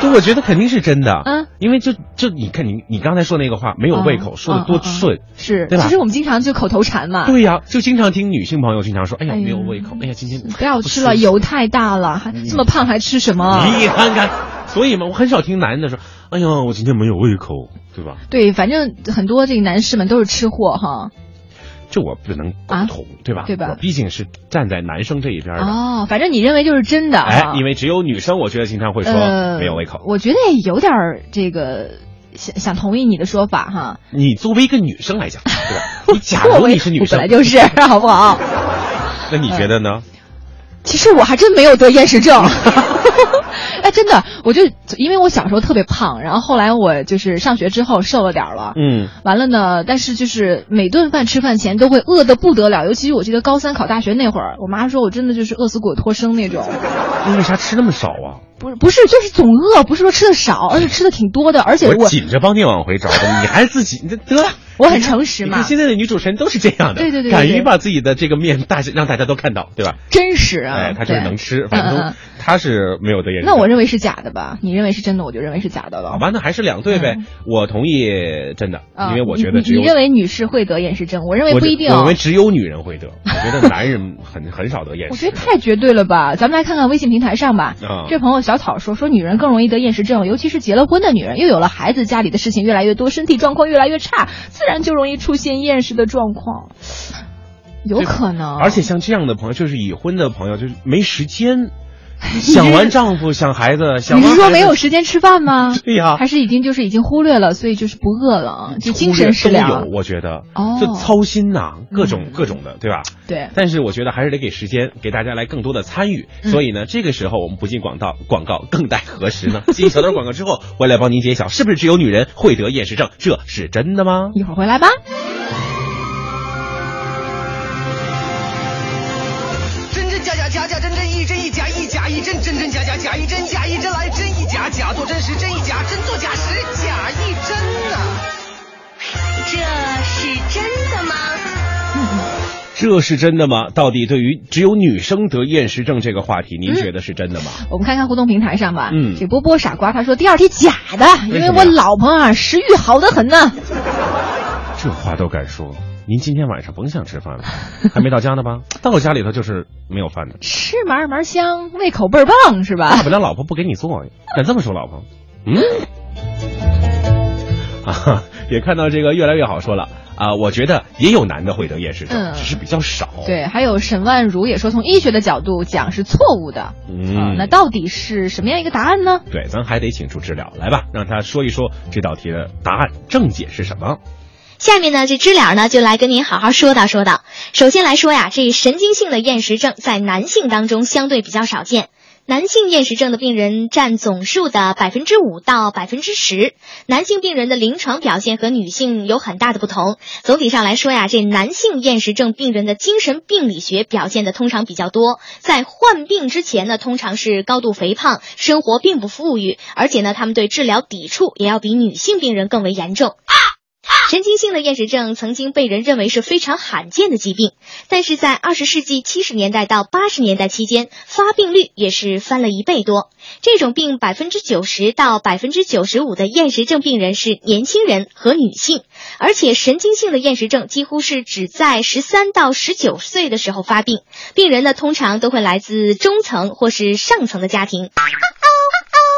S3: 就我觉得肯定是真的，
S4: 嗯，
S3: 因为就就你看你你刚才说那个话没有胃口，
S4: 嗯
S3: 说的多顺，
S4: 是，
S3: 对吧
S4: 其实我们经常就口头禅嘛，
S3: 对呀，就经常听女性朋友经常说，哎呀
S4: 哎呀
S3: 没有胃口，哎呀今天
S4: 不要吃了，油太大了，还这么胖还吃什么？
S3: 你看看，所以嘛，我很少听男的说，哎呀我今天没有胃口，对吧？
S4: 对，反正很多这个男士们都是吃货哈。
S3: 这我不能
S4: 啊
S3: 苟同，对吧？
S4: 对吧
S3: 我毕竟是站在男生这一边的，
S4: 哦，反正你认为就是真的
S3: 哎
S4: 哈，。
S3: 因为只有女生，我觉得经常会说
S4: 呃，
S3: 没有胃口。
S4: 我觉得有点儿这个想想同意你的说法哈。
S3: 你作为一个女生来 讲，对吧？你假如你是女
S4: 我本
S3: 生
S4: 来，就是，好不 好？
S3: 那你觉得呢？
S4: 其实我还真没有得厌食症。 哎，真的，我就因为我小时候特别胖，然后后来我就是上学之后瘦了点儿了，
S3: 嗯，
S4: 完了呢，但是就是每顿饭吃饭前都会饿得不得了，尤其是我记得高三考大学那会儿，我妈说我真的就是饿死鬼脱生那种。
S3: 嗯你为啥吃那么少啊？
S4: 不是不是，就是总饿，不是说吃的少，而且吃的挺多的，而且
S3: 我
S4: 我
S3: 紧着帮你往回找的，你还是自己你这得了。
S4: 我很诚实嘛
S3: 你看现在的女主持人都是这样的，
S4: 对对对对
S3: 敢
S4: 对
S3: 于把自己的这个面大家让大家都看到，对吧？
S4: 真实啊，
S3: 哎，她就是
S4: 对
S3: 能吃，反
S4: 嗯嗯
S3: 正
S4: 嗯
S3: 她是没有得厌食
S4: 那
S3: 症。
S4: 我认为是假的吧？你认为是真的，我就认为是假的了。
S3: 好吧，那还是两对呗。我同意真的，
S4: 啊，
S3: 因为我觉得
S4: 嗯你
S3: 只
S4: 你
S3: 有
S4: 你认为女士会得厌食症，我认为
S3: 我
S4: 不
S3: 觉
S4: 一定
S3: 我
S4: 哦。
S3: 认为只有女人会得，我觉得男人很很少得 厌
S4: 我
S3: 食。
S4: 觉得太绝对了吧？咱们来看看微信平台上吧。
S3: 啊
S4: 这朋友小草说说女人更容易得厌食症，尤其是结了婚的女人，又有了孩子，家里的事情越来越多，身体状况越来越差，自然就容易出现厌食的状况。有可能，啊
S3: 而且像这样的朋友，就是已婚的朋友，就是没时间。想完丈夫，想孩子，想
S4: 你
S3: 完
S4: 是
S3: 孩
S4: 说
S3: 子
S4: 没有时间吃饭吗？
S3: 对呀嗯
S4: 还是已经就是已经忽略了，所以就是不饿了，就精神食
S3: 忽略
S4: 粮
S3: 都有，。我觉得
S4: 哦嗯
S3: 就操心呐、各种各种的，对吧？
S4: 对
S3: 但是我觉得还是得给时间，给大家来更多的参与。
S4: 嗯
S3: 所以呢，这个时候我们不进广告，广告更待何时呢？ 进小段广告之后，我来帮您揭晓，是不是只有女人会得厌食症？这是真的 吗？
S4: 一会儿回来吧。
S12: 真真假假，假假真真，一真一假，一假一真，真真假假，假一真，假一真来，真一假，假做真实，真一假，真做假实，假一真呐、
S8: 这是真的吗？
S3: 这是真的吗？到底对于只有女生得厌食症这个话题，您
S4: 嗯
S3: 觉得是真的吗？
S4: 我们看看互动平台上吧。
S3: 嗯
S4: 这波波傻瓜他说第二题假的，因
S3: 为
S4: 为
S3: 什么
S4: 我
S3: 呀
S4: 老婆啊食欲好得很呢。
S3: 这话都敢说，您今天晚上甭想吃饭了，还没到家呢 吧？到家里头就是没有饭的。
S4: 吃嘛嘛香，胃口倍儿棒是吧
S3: 大？不了老婆不给你做呀，敢这么说老婆？嗯， 啊，也看到这个越来越好说了啊，我觉得也有男的会得厌食症，
S4: 嗯
S3: 只是比较少。
S4: 对，还有沈万如也说，从医学的角度讲是错误的。啊
S3: 嗯，
S4: 那到底是什么样一个答案呢？
S3: 对，咱还得请出治疗来吧，让他说一说这道题的答案正解是什么。
S14: 下面呢，这知了呢就来跟您好好说道说道。首先来说呀，这神经性的厌食症在男性当中相对比较少见。男性厌食症的病人占总数的百分之五到百分之十，男性病人的临床表现和女性有很大的不同。总体上来说呀，这男性厌食症病人的精神病理学表现的通常比较多，在患病之前呢，通常是高度肥胖，生活并不富裕，而且呢，他们对治疗抵触也要比女性病人更为严重。神经性的厌食症曾经被人认为是非常罕见的疾病，但是在二十世纪七十年代到八十年代期间，发病率也是翻了一倍多。这种病百分之九十到百分之九十五的厌食症病人是年轻人和女性，而且神经性的厌食症几乎是只在十三到十九岁的时候发病，病人呢通常都会来自中层或是上层的家庭。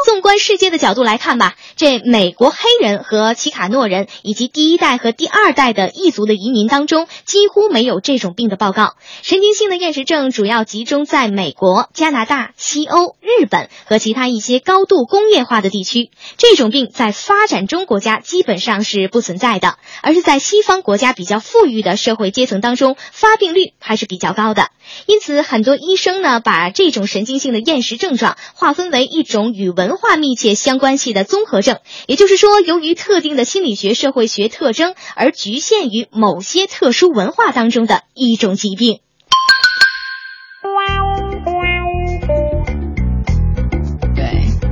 S14: 纵观世界的角度来看吧，这美国黑人和奇卡诺人以及第一代和第二代的异族的移民当中，几乎没有这种病的报告。神经性的厌食症主要集中在美国、加拿大、西欧、日本和其他一些高度工业化的地区。这种病在发展中国家基本上是不存在的，而是在西方国家比较富裕的社会阶层当中，发病率还是比较高的。因此，很多医生呢把这种神经性的厌食症状划分为一种与文化密切相关系的综合症，也就是说，由于特定的心理学、社会学特征而局限于某些特殊文化当中的一种疾病。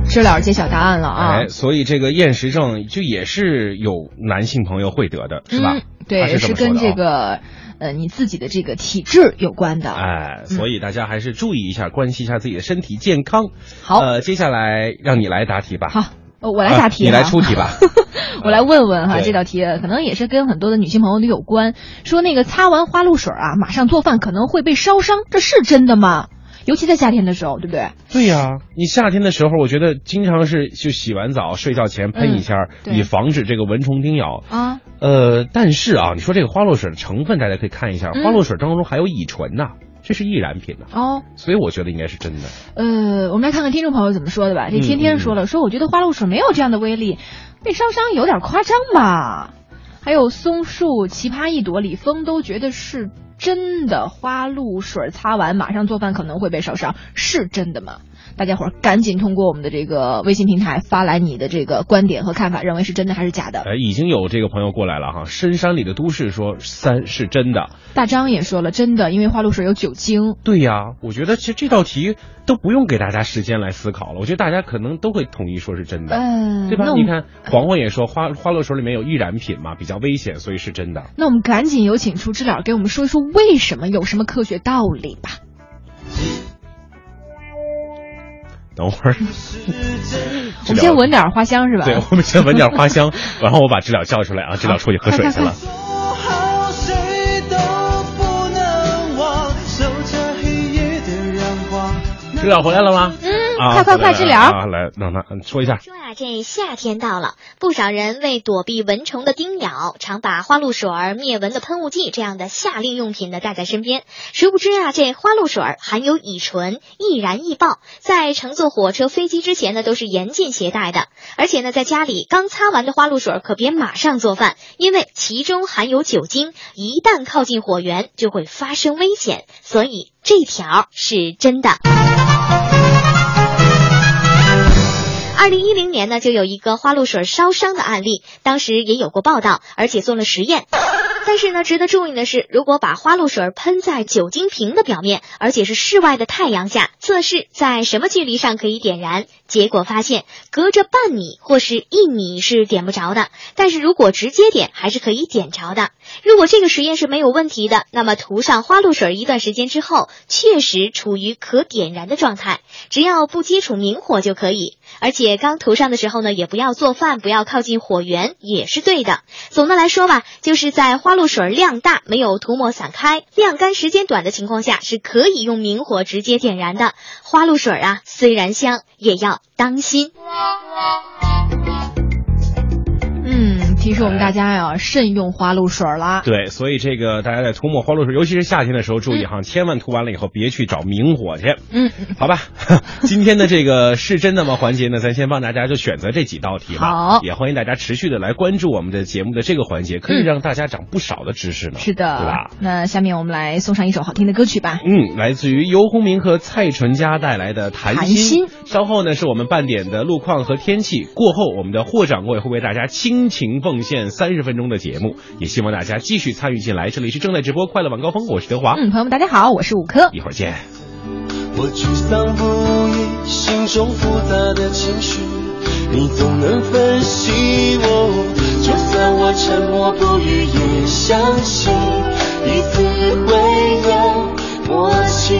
S4: 知了揭晓答案了啊！
S3: 哎，所以这个厌食症就也是有男性朋友会得的，是吧？
S4: 嗯，对，
S3: 他
S4: 也
S3: 是
S4: 是
S3: 么说的
S4: 跟
S3: 啊
S4: 这个呃你自己的这个体质有关的。
S3: 哎，所以大家还是注意一下，关心一下自己的身体健康。
S4: 好
S3: 呃，接下来让你来答题吧。好，
S4: 呃我来答题
S3: 啊你
S4: 哈
S3: 来出题吧。
S4: 我来问问哈，
S3: 对
S4: 这道题可能也是跟很多的女性朋友都有关。说那个擦完花露水啊，马上做饭可能会被烧伤，这是真的吗？尤其在夏天的时候，对不对？
S3: 对呀、你夏天的时候，我觉得经常是就洗完澡、睡觉前喷一下，
S4: 嗯对
S3: 以防止这个蚊虫叮咬。
S4: 啊，
S3: 呃，但是啊，你说这个花露水的成分，大家可以看一下，
S4: 嗯
S3: 花露水当中含有乙醇呐、这是易燃品呐、
S4: 哦，
S3: 所以我觉得应该是真的。
S4: 呃，我们来看看听众朋友怎么说的吧。这
S3: 嗯
S4: 天天说了，说我觉得花露水没有这样的威力，被烧伤有点夸张吧。还有松树、奇葩一朵、李峰都觉得是真的，花露水擦完马上做饭可能会被烧伤，是真的吗？大家伙儿赶紧通过我们的这个微信平台发来你的这个观点和看法，认为是真的还是假的？
S3: 呃，已经有这个朋友过来了哈，深山里的都市说三是真的。
S4: 大张也说了，真的，因为花露水有酒精。
S3: 对呀，我觉得其实这道题都不用给大家时间来思考了，我觉得大家可能都会统一说是真的，
S4: 嗯
S3: 对吧
S4: 那？我
S3: 你
S4: 们
S3: 看黄黄也说花花露水里面有易燃品嘛，比较危险，所以是 真的。
S4: 那我们赶紧有请出知了给我们说一说为什么，有什么科学道理吧。
S3: 等会儿，
S4: 我们先闻点儿花香
S14: 啊
S4: 是吧？
S3: 对，我们先闻点花 香，然后我把知了叫出来啊，知了出去喝水去了。
S13: 谁都不能忘，守着黑夜的阳光。
S3: 知了回来了吗？
S4: 嗯，
S3: 啊
S14: 快快快，
S3: 回
S14: 治
S3: 来
S14: 疗！
S3: 啊！来，让他说一下。
S14: 说啊，这夏天到了，不少人为躲避蚊虫的叮咬，常把花露水儿、灭蚊的喷雾剂这样的夏令用品呢带在身边。殊不知啊，这花露水儿含有乙醇，易燃易爆，在乘坐火车、飞机之前呢，都是严禁携带的。而且呢，在家里刚擦完的花露水儿可别马上做饭，因为其中含有酒精，一旦靠近火源就会发生危险。所以这条是真的。二零一零年呢，就有一个花露水烧伤的案例，当时也有过报道，而且做了实验。但是呢，值得注意的是，如果把花露水喷在酒精瓶的表面，而且是室外的太阳下，测试在什么距离上可以点燃，结果发现隔着半米或是一米是点不着的，但是如果直接点还是可以点着的。如果这个实验是没有问题的，那么涂上花露水一段时间之后，确实处于可点燃的状态，只要不接触明火就可以。而且刚涂上的时候呢，也不要做饭，不要靠近火源，也是对的。总的来说吧，就是在花露水量大、没有涂抹散开、晾干时间短的情况下，是可以用明火直接点燃的。花露水啊，虽然香，也要当心。
S4: 嗯，提示我们大家呀、慎用花露水啦。
S3: 对，所以这个大家在涂抹花露水，尤其是夏天的时候，注意哈，千万涂完了以后别去找明火去。
S4: 嗯，
S3: 好吧， 今天的这个是真的吗环节呢，咱先帮大家就选择这几道题吧。
S4: 好
S3: 也欢迎大家持续的来关注我们的节目的这个环节，可以
S4: 嗯
S3: 让大家长不少的知识呢。
S4: 是的，
S3: 对吧？
S4: 那下面我们来送上一首好听的歌曲吧。
S3: 嗯，来自于游鸿明和蔡淳佳带来的《谈心》。稍后呢，是我们半点的路况和天气。过后，我们的霍掌柜会为大家倾情奉献三十分钟的节目，也希望大家继续参与进来。这里是正在直播《快乐晚高峰》，我是德华。
S4: 嗯，朋友们，大家好，我是五科。
S3: 一会儿见。
S8: 我沮丧不已，心中复杂的情绪，你总能分析我。就算我沉默不语，也相信彼此会有默契。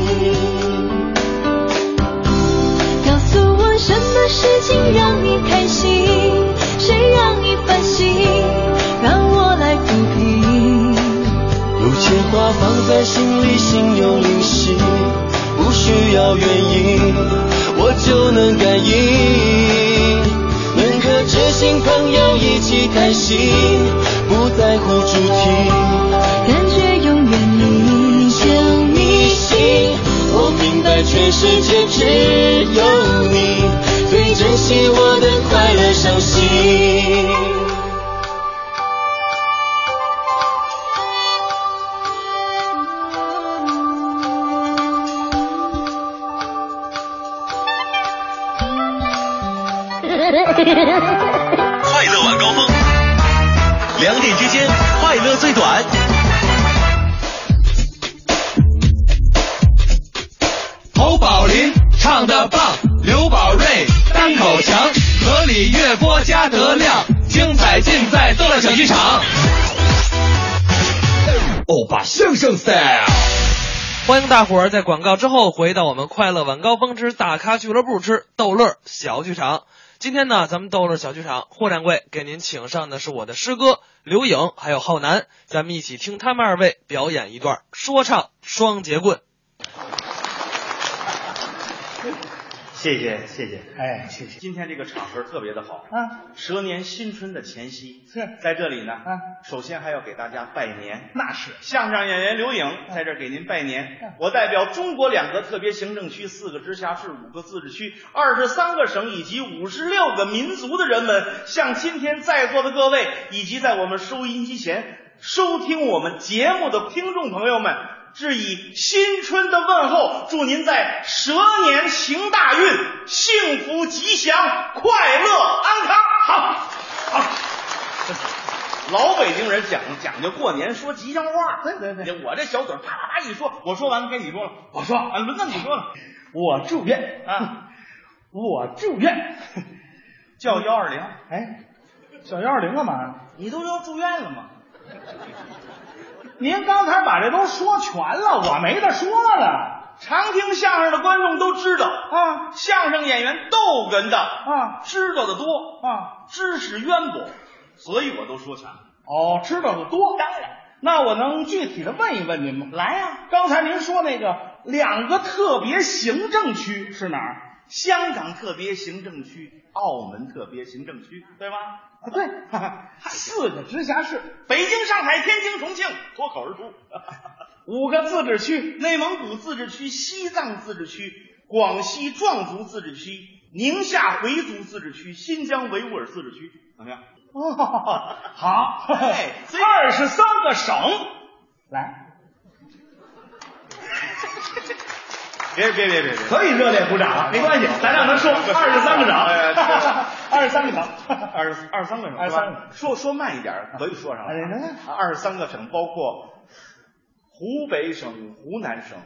S15: 告诉我什么事情让你开心，谁让你烦心，让我来抚平。
S8: 有些话放在心里，心有灵犀，不需要原因，我就能感应。能和知心朋友一起开心，不在乎主题。
S15: 感觉永远你
S8: 牵你心，我明白全世界只有你最珍惜我的快乐伤心。
S16: 快乐晚高峰，两点之间快乐最短。
S17: 侯宝林唱的棒，刘宝瑞单口强，河里月波加德亮，精彩尽在逗乐小剧场。欧巴相声 style，欢迎大伙儿在广告之后回到我们快乐晚高峰之大咖俱乐部之逗乐小剧场。今天呢，咱们逗乐小剧场霍掌柜给您请上的是我的师哥刘颖，还有浩南，咱们一起听他们二位表演一段说唱双节棍。
S18: 谢谢谢谢，
S2: 哎
S18: 谢谢。今天这个场合特别的好
S2: 啊，
S18: 蛇年新春的前夕
S2: 是
S18: 在这里呢。
S2: 啊，
S18: 首先还要给大家拜年，
S2: 那是
S18: 相声演员刘颖在这儿给您拜年。我代表中国两个特别行政区、四个直辖市、五个自治区、二十三个省以及五十六个民族的人们，向今天在座的各位以及在我们收音机前收听我们节目的听众朋友们。致以新春的问候，祝您在蛇年行大运，幸福吉祥，快乐安康。好，好。老北京人讲讲究过年说吉祥话，对对对，我这小嘴儿啪啪啪一说，我说完该你说了，我说，啊，轮到你说了，我祝愿啊，我祝愿叫幺二零，
S2: 哎，小幺二零干嘛呀？
S18: 你都要住院了吗？
S2: 您刚才把这都说全了，我没得说了。
S18: 常听相声的观众都知道啊，相声演员逗哏的啊，知道的多啊，知识渊博，所以我都说全了。
S2: 哦，知道的多，当然。那我能具体的问一问啊您吗？来呀、刚才您说那个两个特别行政区是哪儿？
S14: 香港特别行政区、澳门特别行政区，对吗？
S8: 啊，对，四个直辖市，
S14: 北京、上海、天津、重庆脱口而出，五个自治区：内蒙古自治区、西藏自治区、广西壮族自治区、宁夏回族自治区、新疆维吾尔自治区，怎么样？
S8: 哦，好，
S14: 哎，
S8: 二十三个省，来，
S14: 别别别别别，
S8: 可以热烈鼓掌啊，没关系，咱让他说二十三个省，二十三个省，
S14: 二十二十三个省，
S8: 二十三个
S14: 是吧说说慢一点，可以说上来。
S8: 哎
S14: 二十三个省包括湖北省、湖南省、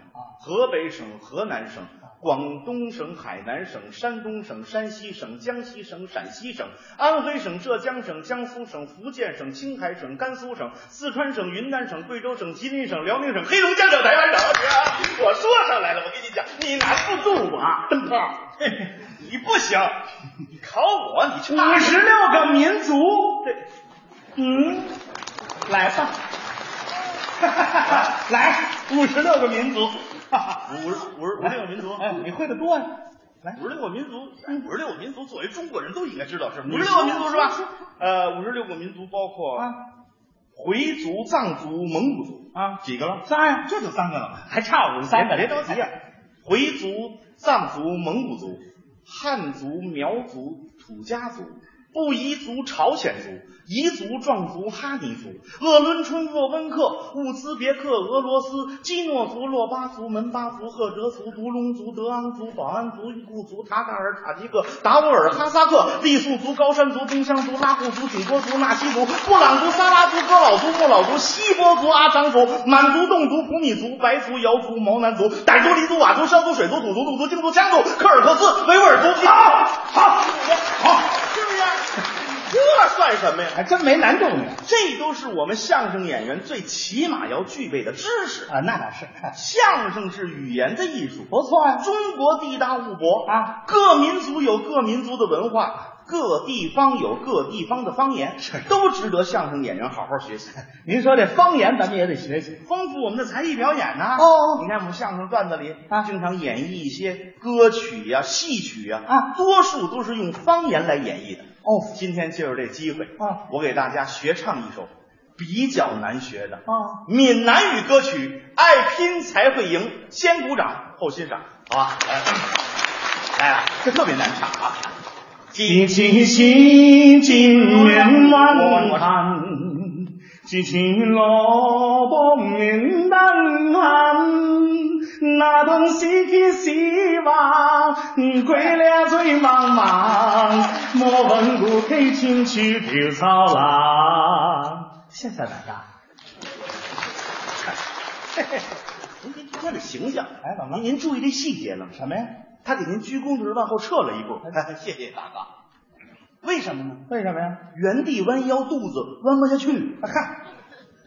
S14: 河北省、河南省、广东省、海南省、山东省、山西省、江西省、陕西省、安徽省、浙江省、江苏省、福建省、青海省、甘肃省、四川省、云南省、贵州省、吉林省、辽宁省、黑龙江省、台湾省。我说上来了，我跟你讲，你难不住我，邓炮，嘿嘿啊 你不行，你考我，你差
S8: 五十六个民族，
S14: 对，
S8: 嗯，来吧， 来五十六个民族，
S14: 五十五十五十六个民族，
S8: 哎，你会的多呀，来嗯
S14: 五十六个民族，五十六个民族，作为中国人都应该知道是五十六个民族是吧？呃，五十六个民族包括回族、藏族、蒙古族
S8: 啊，
S14: 几个了？
S8: 仨呀，
S14: 这就三个了，
S8: 还差五十三个，
S14: 别着急啊，回族、藏族、蒙古族、汉族、苗族、土家族。布依族、朝鲜族、彝族、壮族、哈尼族、鄂伦春、鄂温克、乌兹别克、俄罗斯、基诺族、洛巴族、门巴族、赫哲族、独龙族、德昂族、保安族、裕固族、塔塔尔、塔吉克、达斡尔、哈萨克、傈僳族、高山族、东乡族、拉祜族、景颇族、纳西族、布朗族、撒拉族、佘老族、莫老族、锡伯族、阿昌族、满族、侗族、普米族、白族、瑶族、毛南族、傣族、黎族、佤族、畲族、水族、土族、侗族、京族、羌族、柯尔克斯、维吾尔族。好，好，好，是不是？啊这算什么呀？
S8: 还真没难住你
S14: 这都是我们相声演员最起码要具备的知识。
S8: 啊，那倒是，
S14: 相声是语言的艺术，
S8: 不错呀、
S14: 中国地大物博
S8: 啊，
S14: 各民族有各民族的文化，各地方有各地方的方言，都值得相声演员好好学习，
S8: 您说这方言咱们也得学学，
S14: 丰富我们的才艺表演呐、
S8: 哦哦
S14: 你看我们相声段子里
S8: 啊
S14: 经常演绎一些歌曲呀、戏曲呀，
S8: 啊
S14: 多数都是用方言来演绎的。
S8: 哦，
S14: 今天借着这机会
S8: 啊，
S14: 我给大家学唱一首比较难学的
S8: 啊
S14: 闽南语歌曲《爱拼才会赢》，先鼓掌后欣赏，好吧？来，来了，这特别难唱啊！
S8: 一起西晋元万汉，一起萝卜明丹汉，那段时期希望过了最茫茫，莫问故去亲去稻草人。谢谢大 家。
S14: 您您看这形象，
S8: 哎怎么了
S14: 您您注意这细节了吗？
S8: 什么呀？
S14: 他给您鞠躬的时候往后撤了一步，哎谢谢大哥。为什么呢？
S8: 为什么呀？
S14: 原地弯腰，肚子弯不下去。
S8: 看，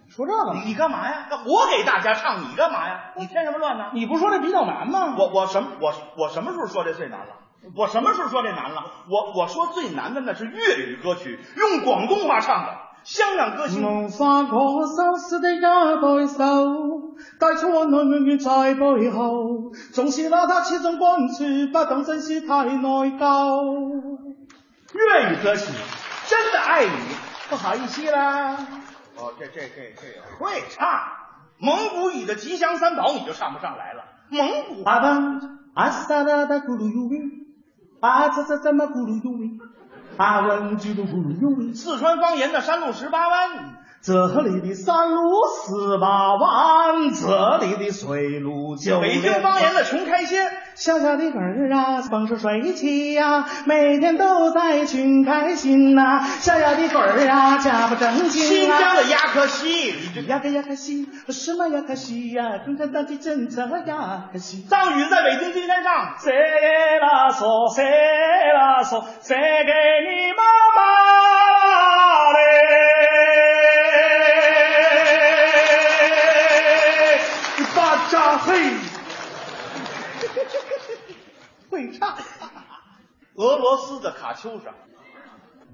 S8: 说这个吗？
S14: 你干嘛呀？我给大家唱，你干嘛呀？你添什么乱呢？
S8: 你不说这比较难吗？
S14: 我我什么我我什么时候说这最难了？我什么时候说这难了？我我说最难的那是粤语歌曲，用广东话唱的。香港歌星
S8: 无法可收拾的一對手，帶出温暖永遠在背後，總是拿他始終關注，不懂珍惜太內疚。
S14: 粤语歌曲，真的爱你。
S8: 不好意思啦，
S14: 哦，这这这这也会唱蒙古语的吉祥三宝，你就上不上来了。蒙古
S8: 阿巴阿萨拉达咕噜噜喂，阿扎扎扎嘛咕噜噜喂，阿温吉噜咕噜噜喂，
S14: 四川方言的山路十八弯，
S8: 这里的山路十八弯，这里的水路九
S14: 北
S8: 连
S14: 京方言的穷开心，
S8: 小小的儿啊，风生水起呀、每天都在群开心呐、小小的鬼儿啊，家不正
S14: 新
S8: 经啊。
S14: 疆的鸭科西，你这
S8: 呀个呀个西，什么呀个西呀，共产党的政策呀个西。
S14: 藏语在北京金山上，
S8: 谁给拉手，谁给拉手，谁给你妈妈嘞？一巴掌嘿，会唱。
S14: 俄罗斯的卡秋莎。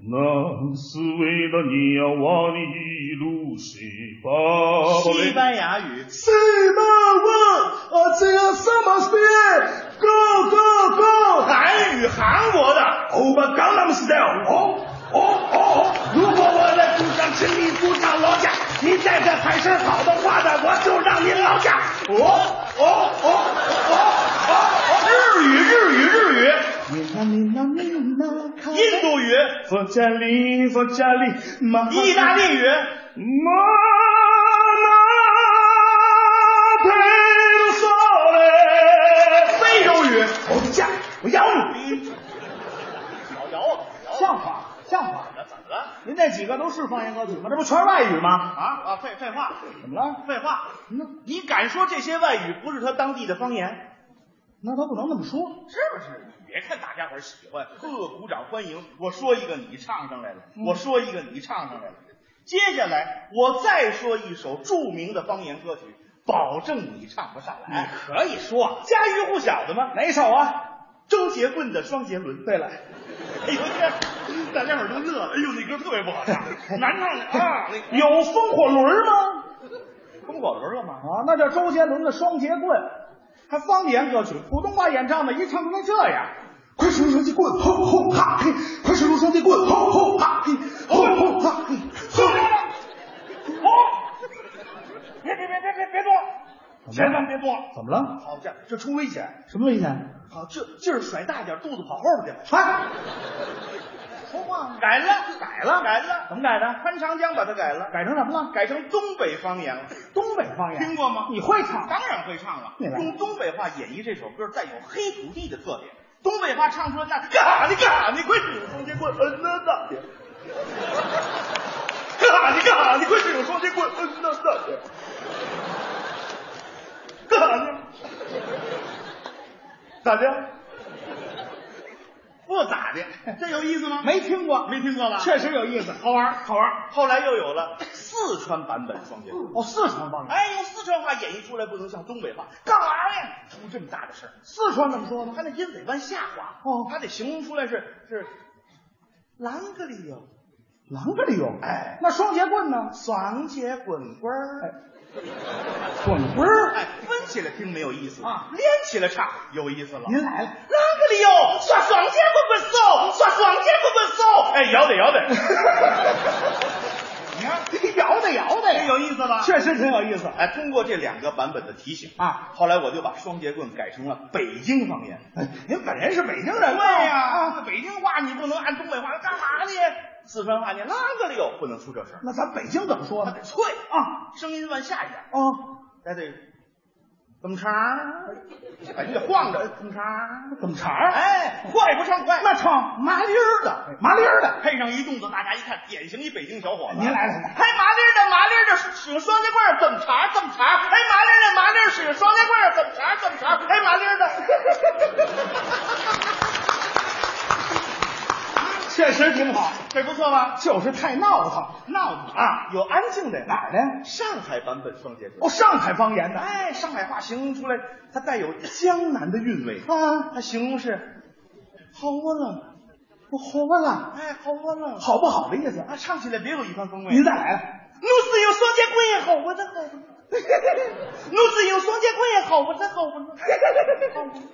S8: 那是为了你呀，我的一路西巴
S14: 西班牙语，
S8: 西班牙，啊，这个什么 speed，go go go。
S19: 日韩与韩国的欧巴 Gangnam Style。哦哦哦哦！如果我在赌场请你赌场老贾，您在这排身好的话呢，我就让您老贾。哦哦哦哦哦哦！日语日语日语。印度语，佛加利佛加利，意大利语，非洲语，我加我咬你，
S14: 老姚啊，
S19: 像话像话，
S14: 怎么了怎么了？
S19: 您那几个都是方言歌曲吗？这不全是外语吗？
S14: 啊啊，废废话，
S19: 怎么了？
S14: 废话，
S19: 你敢说这些外语不是他当地的方言？那他不能那么说，
S14: 是不是？你别看大家伙儿喜欢，各鼓掌欢迎。我说一个，你唱上来了；
S19: 嗯
S14: 我说一个，你唱上来了。接下来我再说一首著名的方言歌曲，保证你唱不上来。
S19: 你可以说啊
S14: 家喻户晓的吗？
S19: 哪首啊？
S14: 周杰棍的《双杰伦》。
S19: 对了，
S14: 哎呦天，咱俩伙儿都乐了。哎呦，那歌特别不好唱，难唱的啊！那个
S19: 有风火轮吗？
S14: 风火轮干嘛？
S19: 啊，那叫周杰伦的《双节棍》，还方言歌曲，普通话演唱的，一唱成这样。快使用双节棍，轰轰哈嘿！快使用双节棍，轰轰哈嘿！轰轰哈嘿！
S14: 哦，别别别别别别动！千万别动！
S19: 怎么了？
S14: 好家伙，这出危险！
S19: 什么危险？
S14: 好，劲劲儿甩大点，肚子跑后边去。
S19: 哎，
S14: 说话改了，
S19: 改了
S14: 改了，
S19: 怎么改的？
S14: 潘长江把它改了，
S19: 改成什么了？
S14: 改成东北方言了。
S19: 东北方言，
S14: 听过吗？
S19: 你会唱？
S14: 当然会唱了。
S19: 你来
S14: 用东北话演绎这首歌，带有黑土地的特点。东北话唱出来那干哈呢？干哈呢？快使用双截棍！嗯那那的。干哈呢？干哈呢？快使用双截棍！嗯那那的。干哈呢？
S19: 咋的？
S14: 不咋的， 这有意思吗？
S19: 没听过，
S14: 没听过吧？
S19: 确实有意思，好玩，好玩。
S14: 后来又有了四川版本双截棍。
S19: 哦，四川方言，
S14: 哎，用四川话演绎出来不能像东北话，干嘛呀？出这么大的事儿，
S19: 四川怎么说呢？
S14: 他那音得往下滑，
S19: 哦
S14: 他得形容出来是是，啷个里哟，
S19: 啷个里有？
S14: 哎
S19: 那双节棍呢？哎
S14: 双节滚棍儿，
S19: 滚棍儿
S14: 哎，分起来听没有意思
S19: 啊
S14: 连起来唱有意思了。
S19: 您来了，
S14: 啷个里哟，耍双节棍棍手，耍双节棍棍手，哎，摇得摇得， 你看
S19: 摇的摇的
S14: 这
S19: 呀，
S14: 有意思吧？
S19: 确实挺有意思。
S14: 哎，通过这两个版本的提醒
S19: 啊，哎
S14: 后来我就把双截棍改成了北京方言。
S19: 您本人是北京人啊
S14: 对
S19: 吗，
S14: 呀、北京话你不能按东北话干嘛呢？四川话你啷个溜，不能出这事儿，
S19: 那咱北京怎么说
S14: 它
S19: 呢
S14: 得？脆
S19: 啊，
S14: 声音往下一点，
S19: 哦，
S14: 它得怎么长儿，哎，你得晃着，怎么长儿，
S19: 怎么茬儿？
S14: 哎，快不唱快，
S19: 那唱
S14: 麻利儿的，
S19: 麻利儿的
S14: 配上一动作，大家一看，典型一北京小伙子。
S19: 您来了
S14: 还麻利儿的，麻利儿的，使用双截棍儿，怎么茬儿怎么茬儿，哎，麻利儿的，麻利儿，使用双截棍儿，怎么茬儿怎么茬儿，哎，麻利儿的，
S19: 确实挺好，
S14: 这不错吧？
S19: 就是太闹腾。
S14: 闹腾啊，有安静的
S19: 哪儿的？
S14: 上海版本双截棍。
S19: 哦，上海方言的。
S14: 哎，上海话形容出来，它带有江南的韵味。
S19: 啊，
S14: 它形容是，
S19: 好我了，我好我了，
S14: 哎，好我了，
S19: 好不好的意思？
S14: 啊，唱起来别有一番风味。
S19: 您再来了，
S14: 我是用双截棍也好不得好， 我是用双截棍也好不得好不得。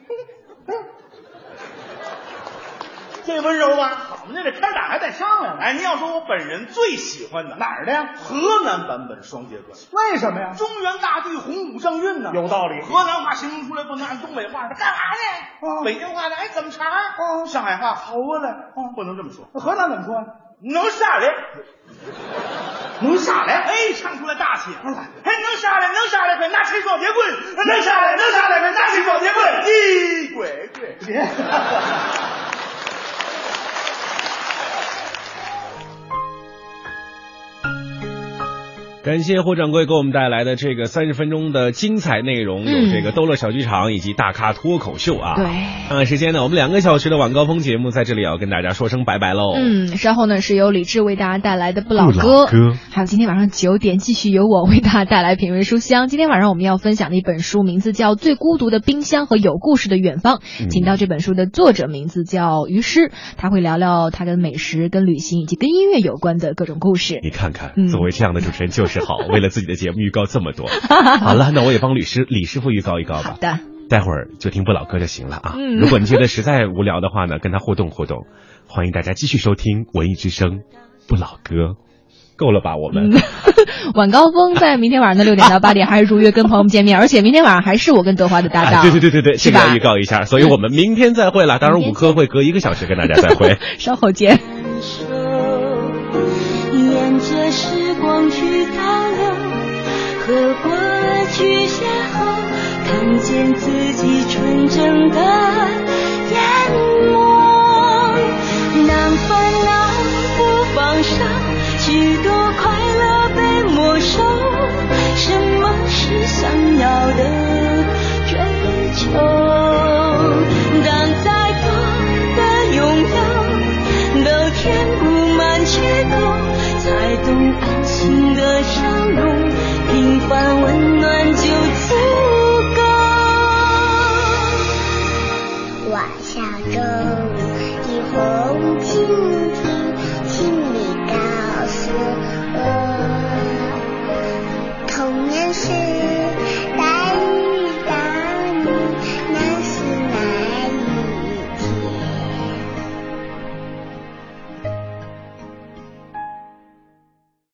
S14: 这温柔吧？好嘛，这这开场还带商量。哎，您要说我本人最喜欢的
S19: 啊哪儿的呀？
S14: 河南版本双截棍。
S19: 为什么呀？
S14: 中原大地洪武正韵呢，
S19: 有道理
S14: 河南话形容出来不能按东北话，干嘛呢？
S19: 啊
S14: 北京话呢？哎，怎么茬儿？
S19: 啊
S14: 上海话好啊了
S19: 啊，
S14: 不能这么说，
S19: 河南怎么说呀？
S14: 能下来，
S19: 能下来啊
S14: 哎，唱出来大气，哎，能下来，能下来，快拿起双截棍，能下来，能下来，快拿起双截棍，咦，鬼鬼，
S19: 别。
S3: 感谢霍掌柜给我们带来的这个三十分钟的精彩内容，有
S4: 嗯
S3: 这个逗乐小剧场以及大咖脱口秀啊。
S4: 对
S3: 看看时间呢，我们两个小时的晚高峰节目在这里要跟大家说声拜拜喽。
S4: 嗯，稍后呢是由李志为大家带来的不老
S3: 哦不
S4: 歌，
S3: 老歌
S4: 还有今天晚上九点继续由我为大家带来品味书香。今天晚上我们要分享的一本书名字叫《最孤独的冰箱和有故事的远方》，
S3: 嗯
S4: 请到这本书的作者名字叫于诗，他会聊聊他跟美食、跟旅行以及跟音乐有关的各种故事。
S3: 你看看，
S4: 嗯
S3: 作为这样的主持 人就是好，为了自己的节目预告这么多。好了，那我也帮李师李师傅预告一告
S4: 好
S3: 吧。
S4: 的，
S3: 待会儿就听不老歌就行了啊。
S4: 嗯
S3: 如果你觉得实在无聊的话呢，跟他互动互动。欢迎大家继续收听《文艺之声》不老歌，够了吧？我们、
S4: 晚高峰在明天晚上的六点到八点还是如约跟朋友们见面，而且明天晚上还是我跟德华的搭档。
S3: 啊，对对对对对，这
S4: 是
S3: 个
S4: 吧
S3: 要预告一下。所以我们明天再会了，当然五科会隔一个小时跟大家再会。
S4: 稍后见。
S8: 沿着时光去倒流，喝过了巨蟹后，看见自己纯真的眼眸。让烦恼不放手，许多快乐被没收。什么是想要的追求？当再多的拥有。都填不满缺口，才懂安心的笑容，平凡温暖就足够。
S20: 晚霞中，一红蜻蜓，请你告诉我，童年时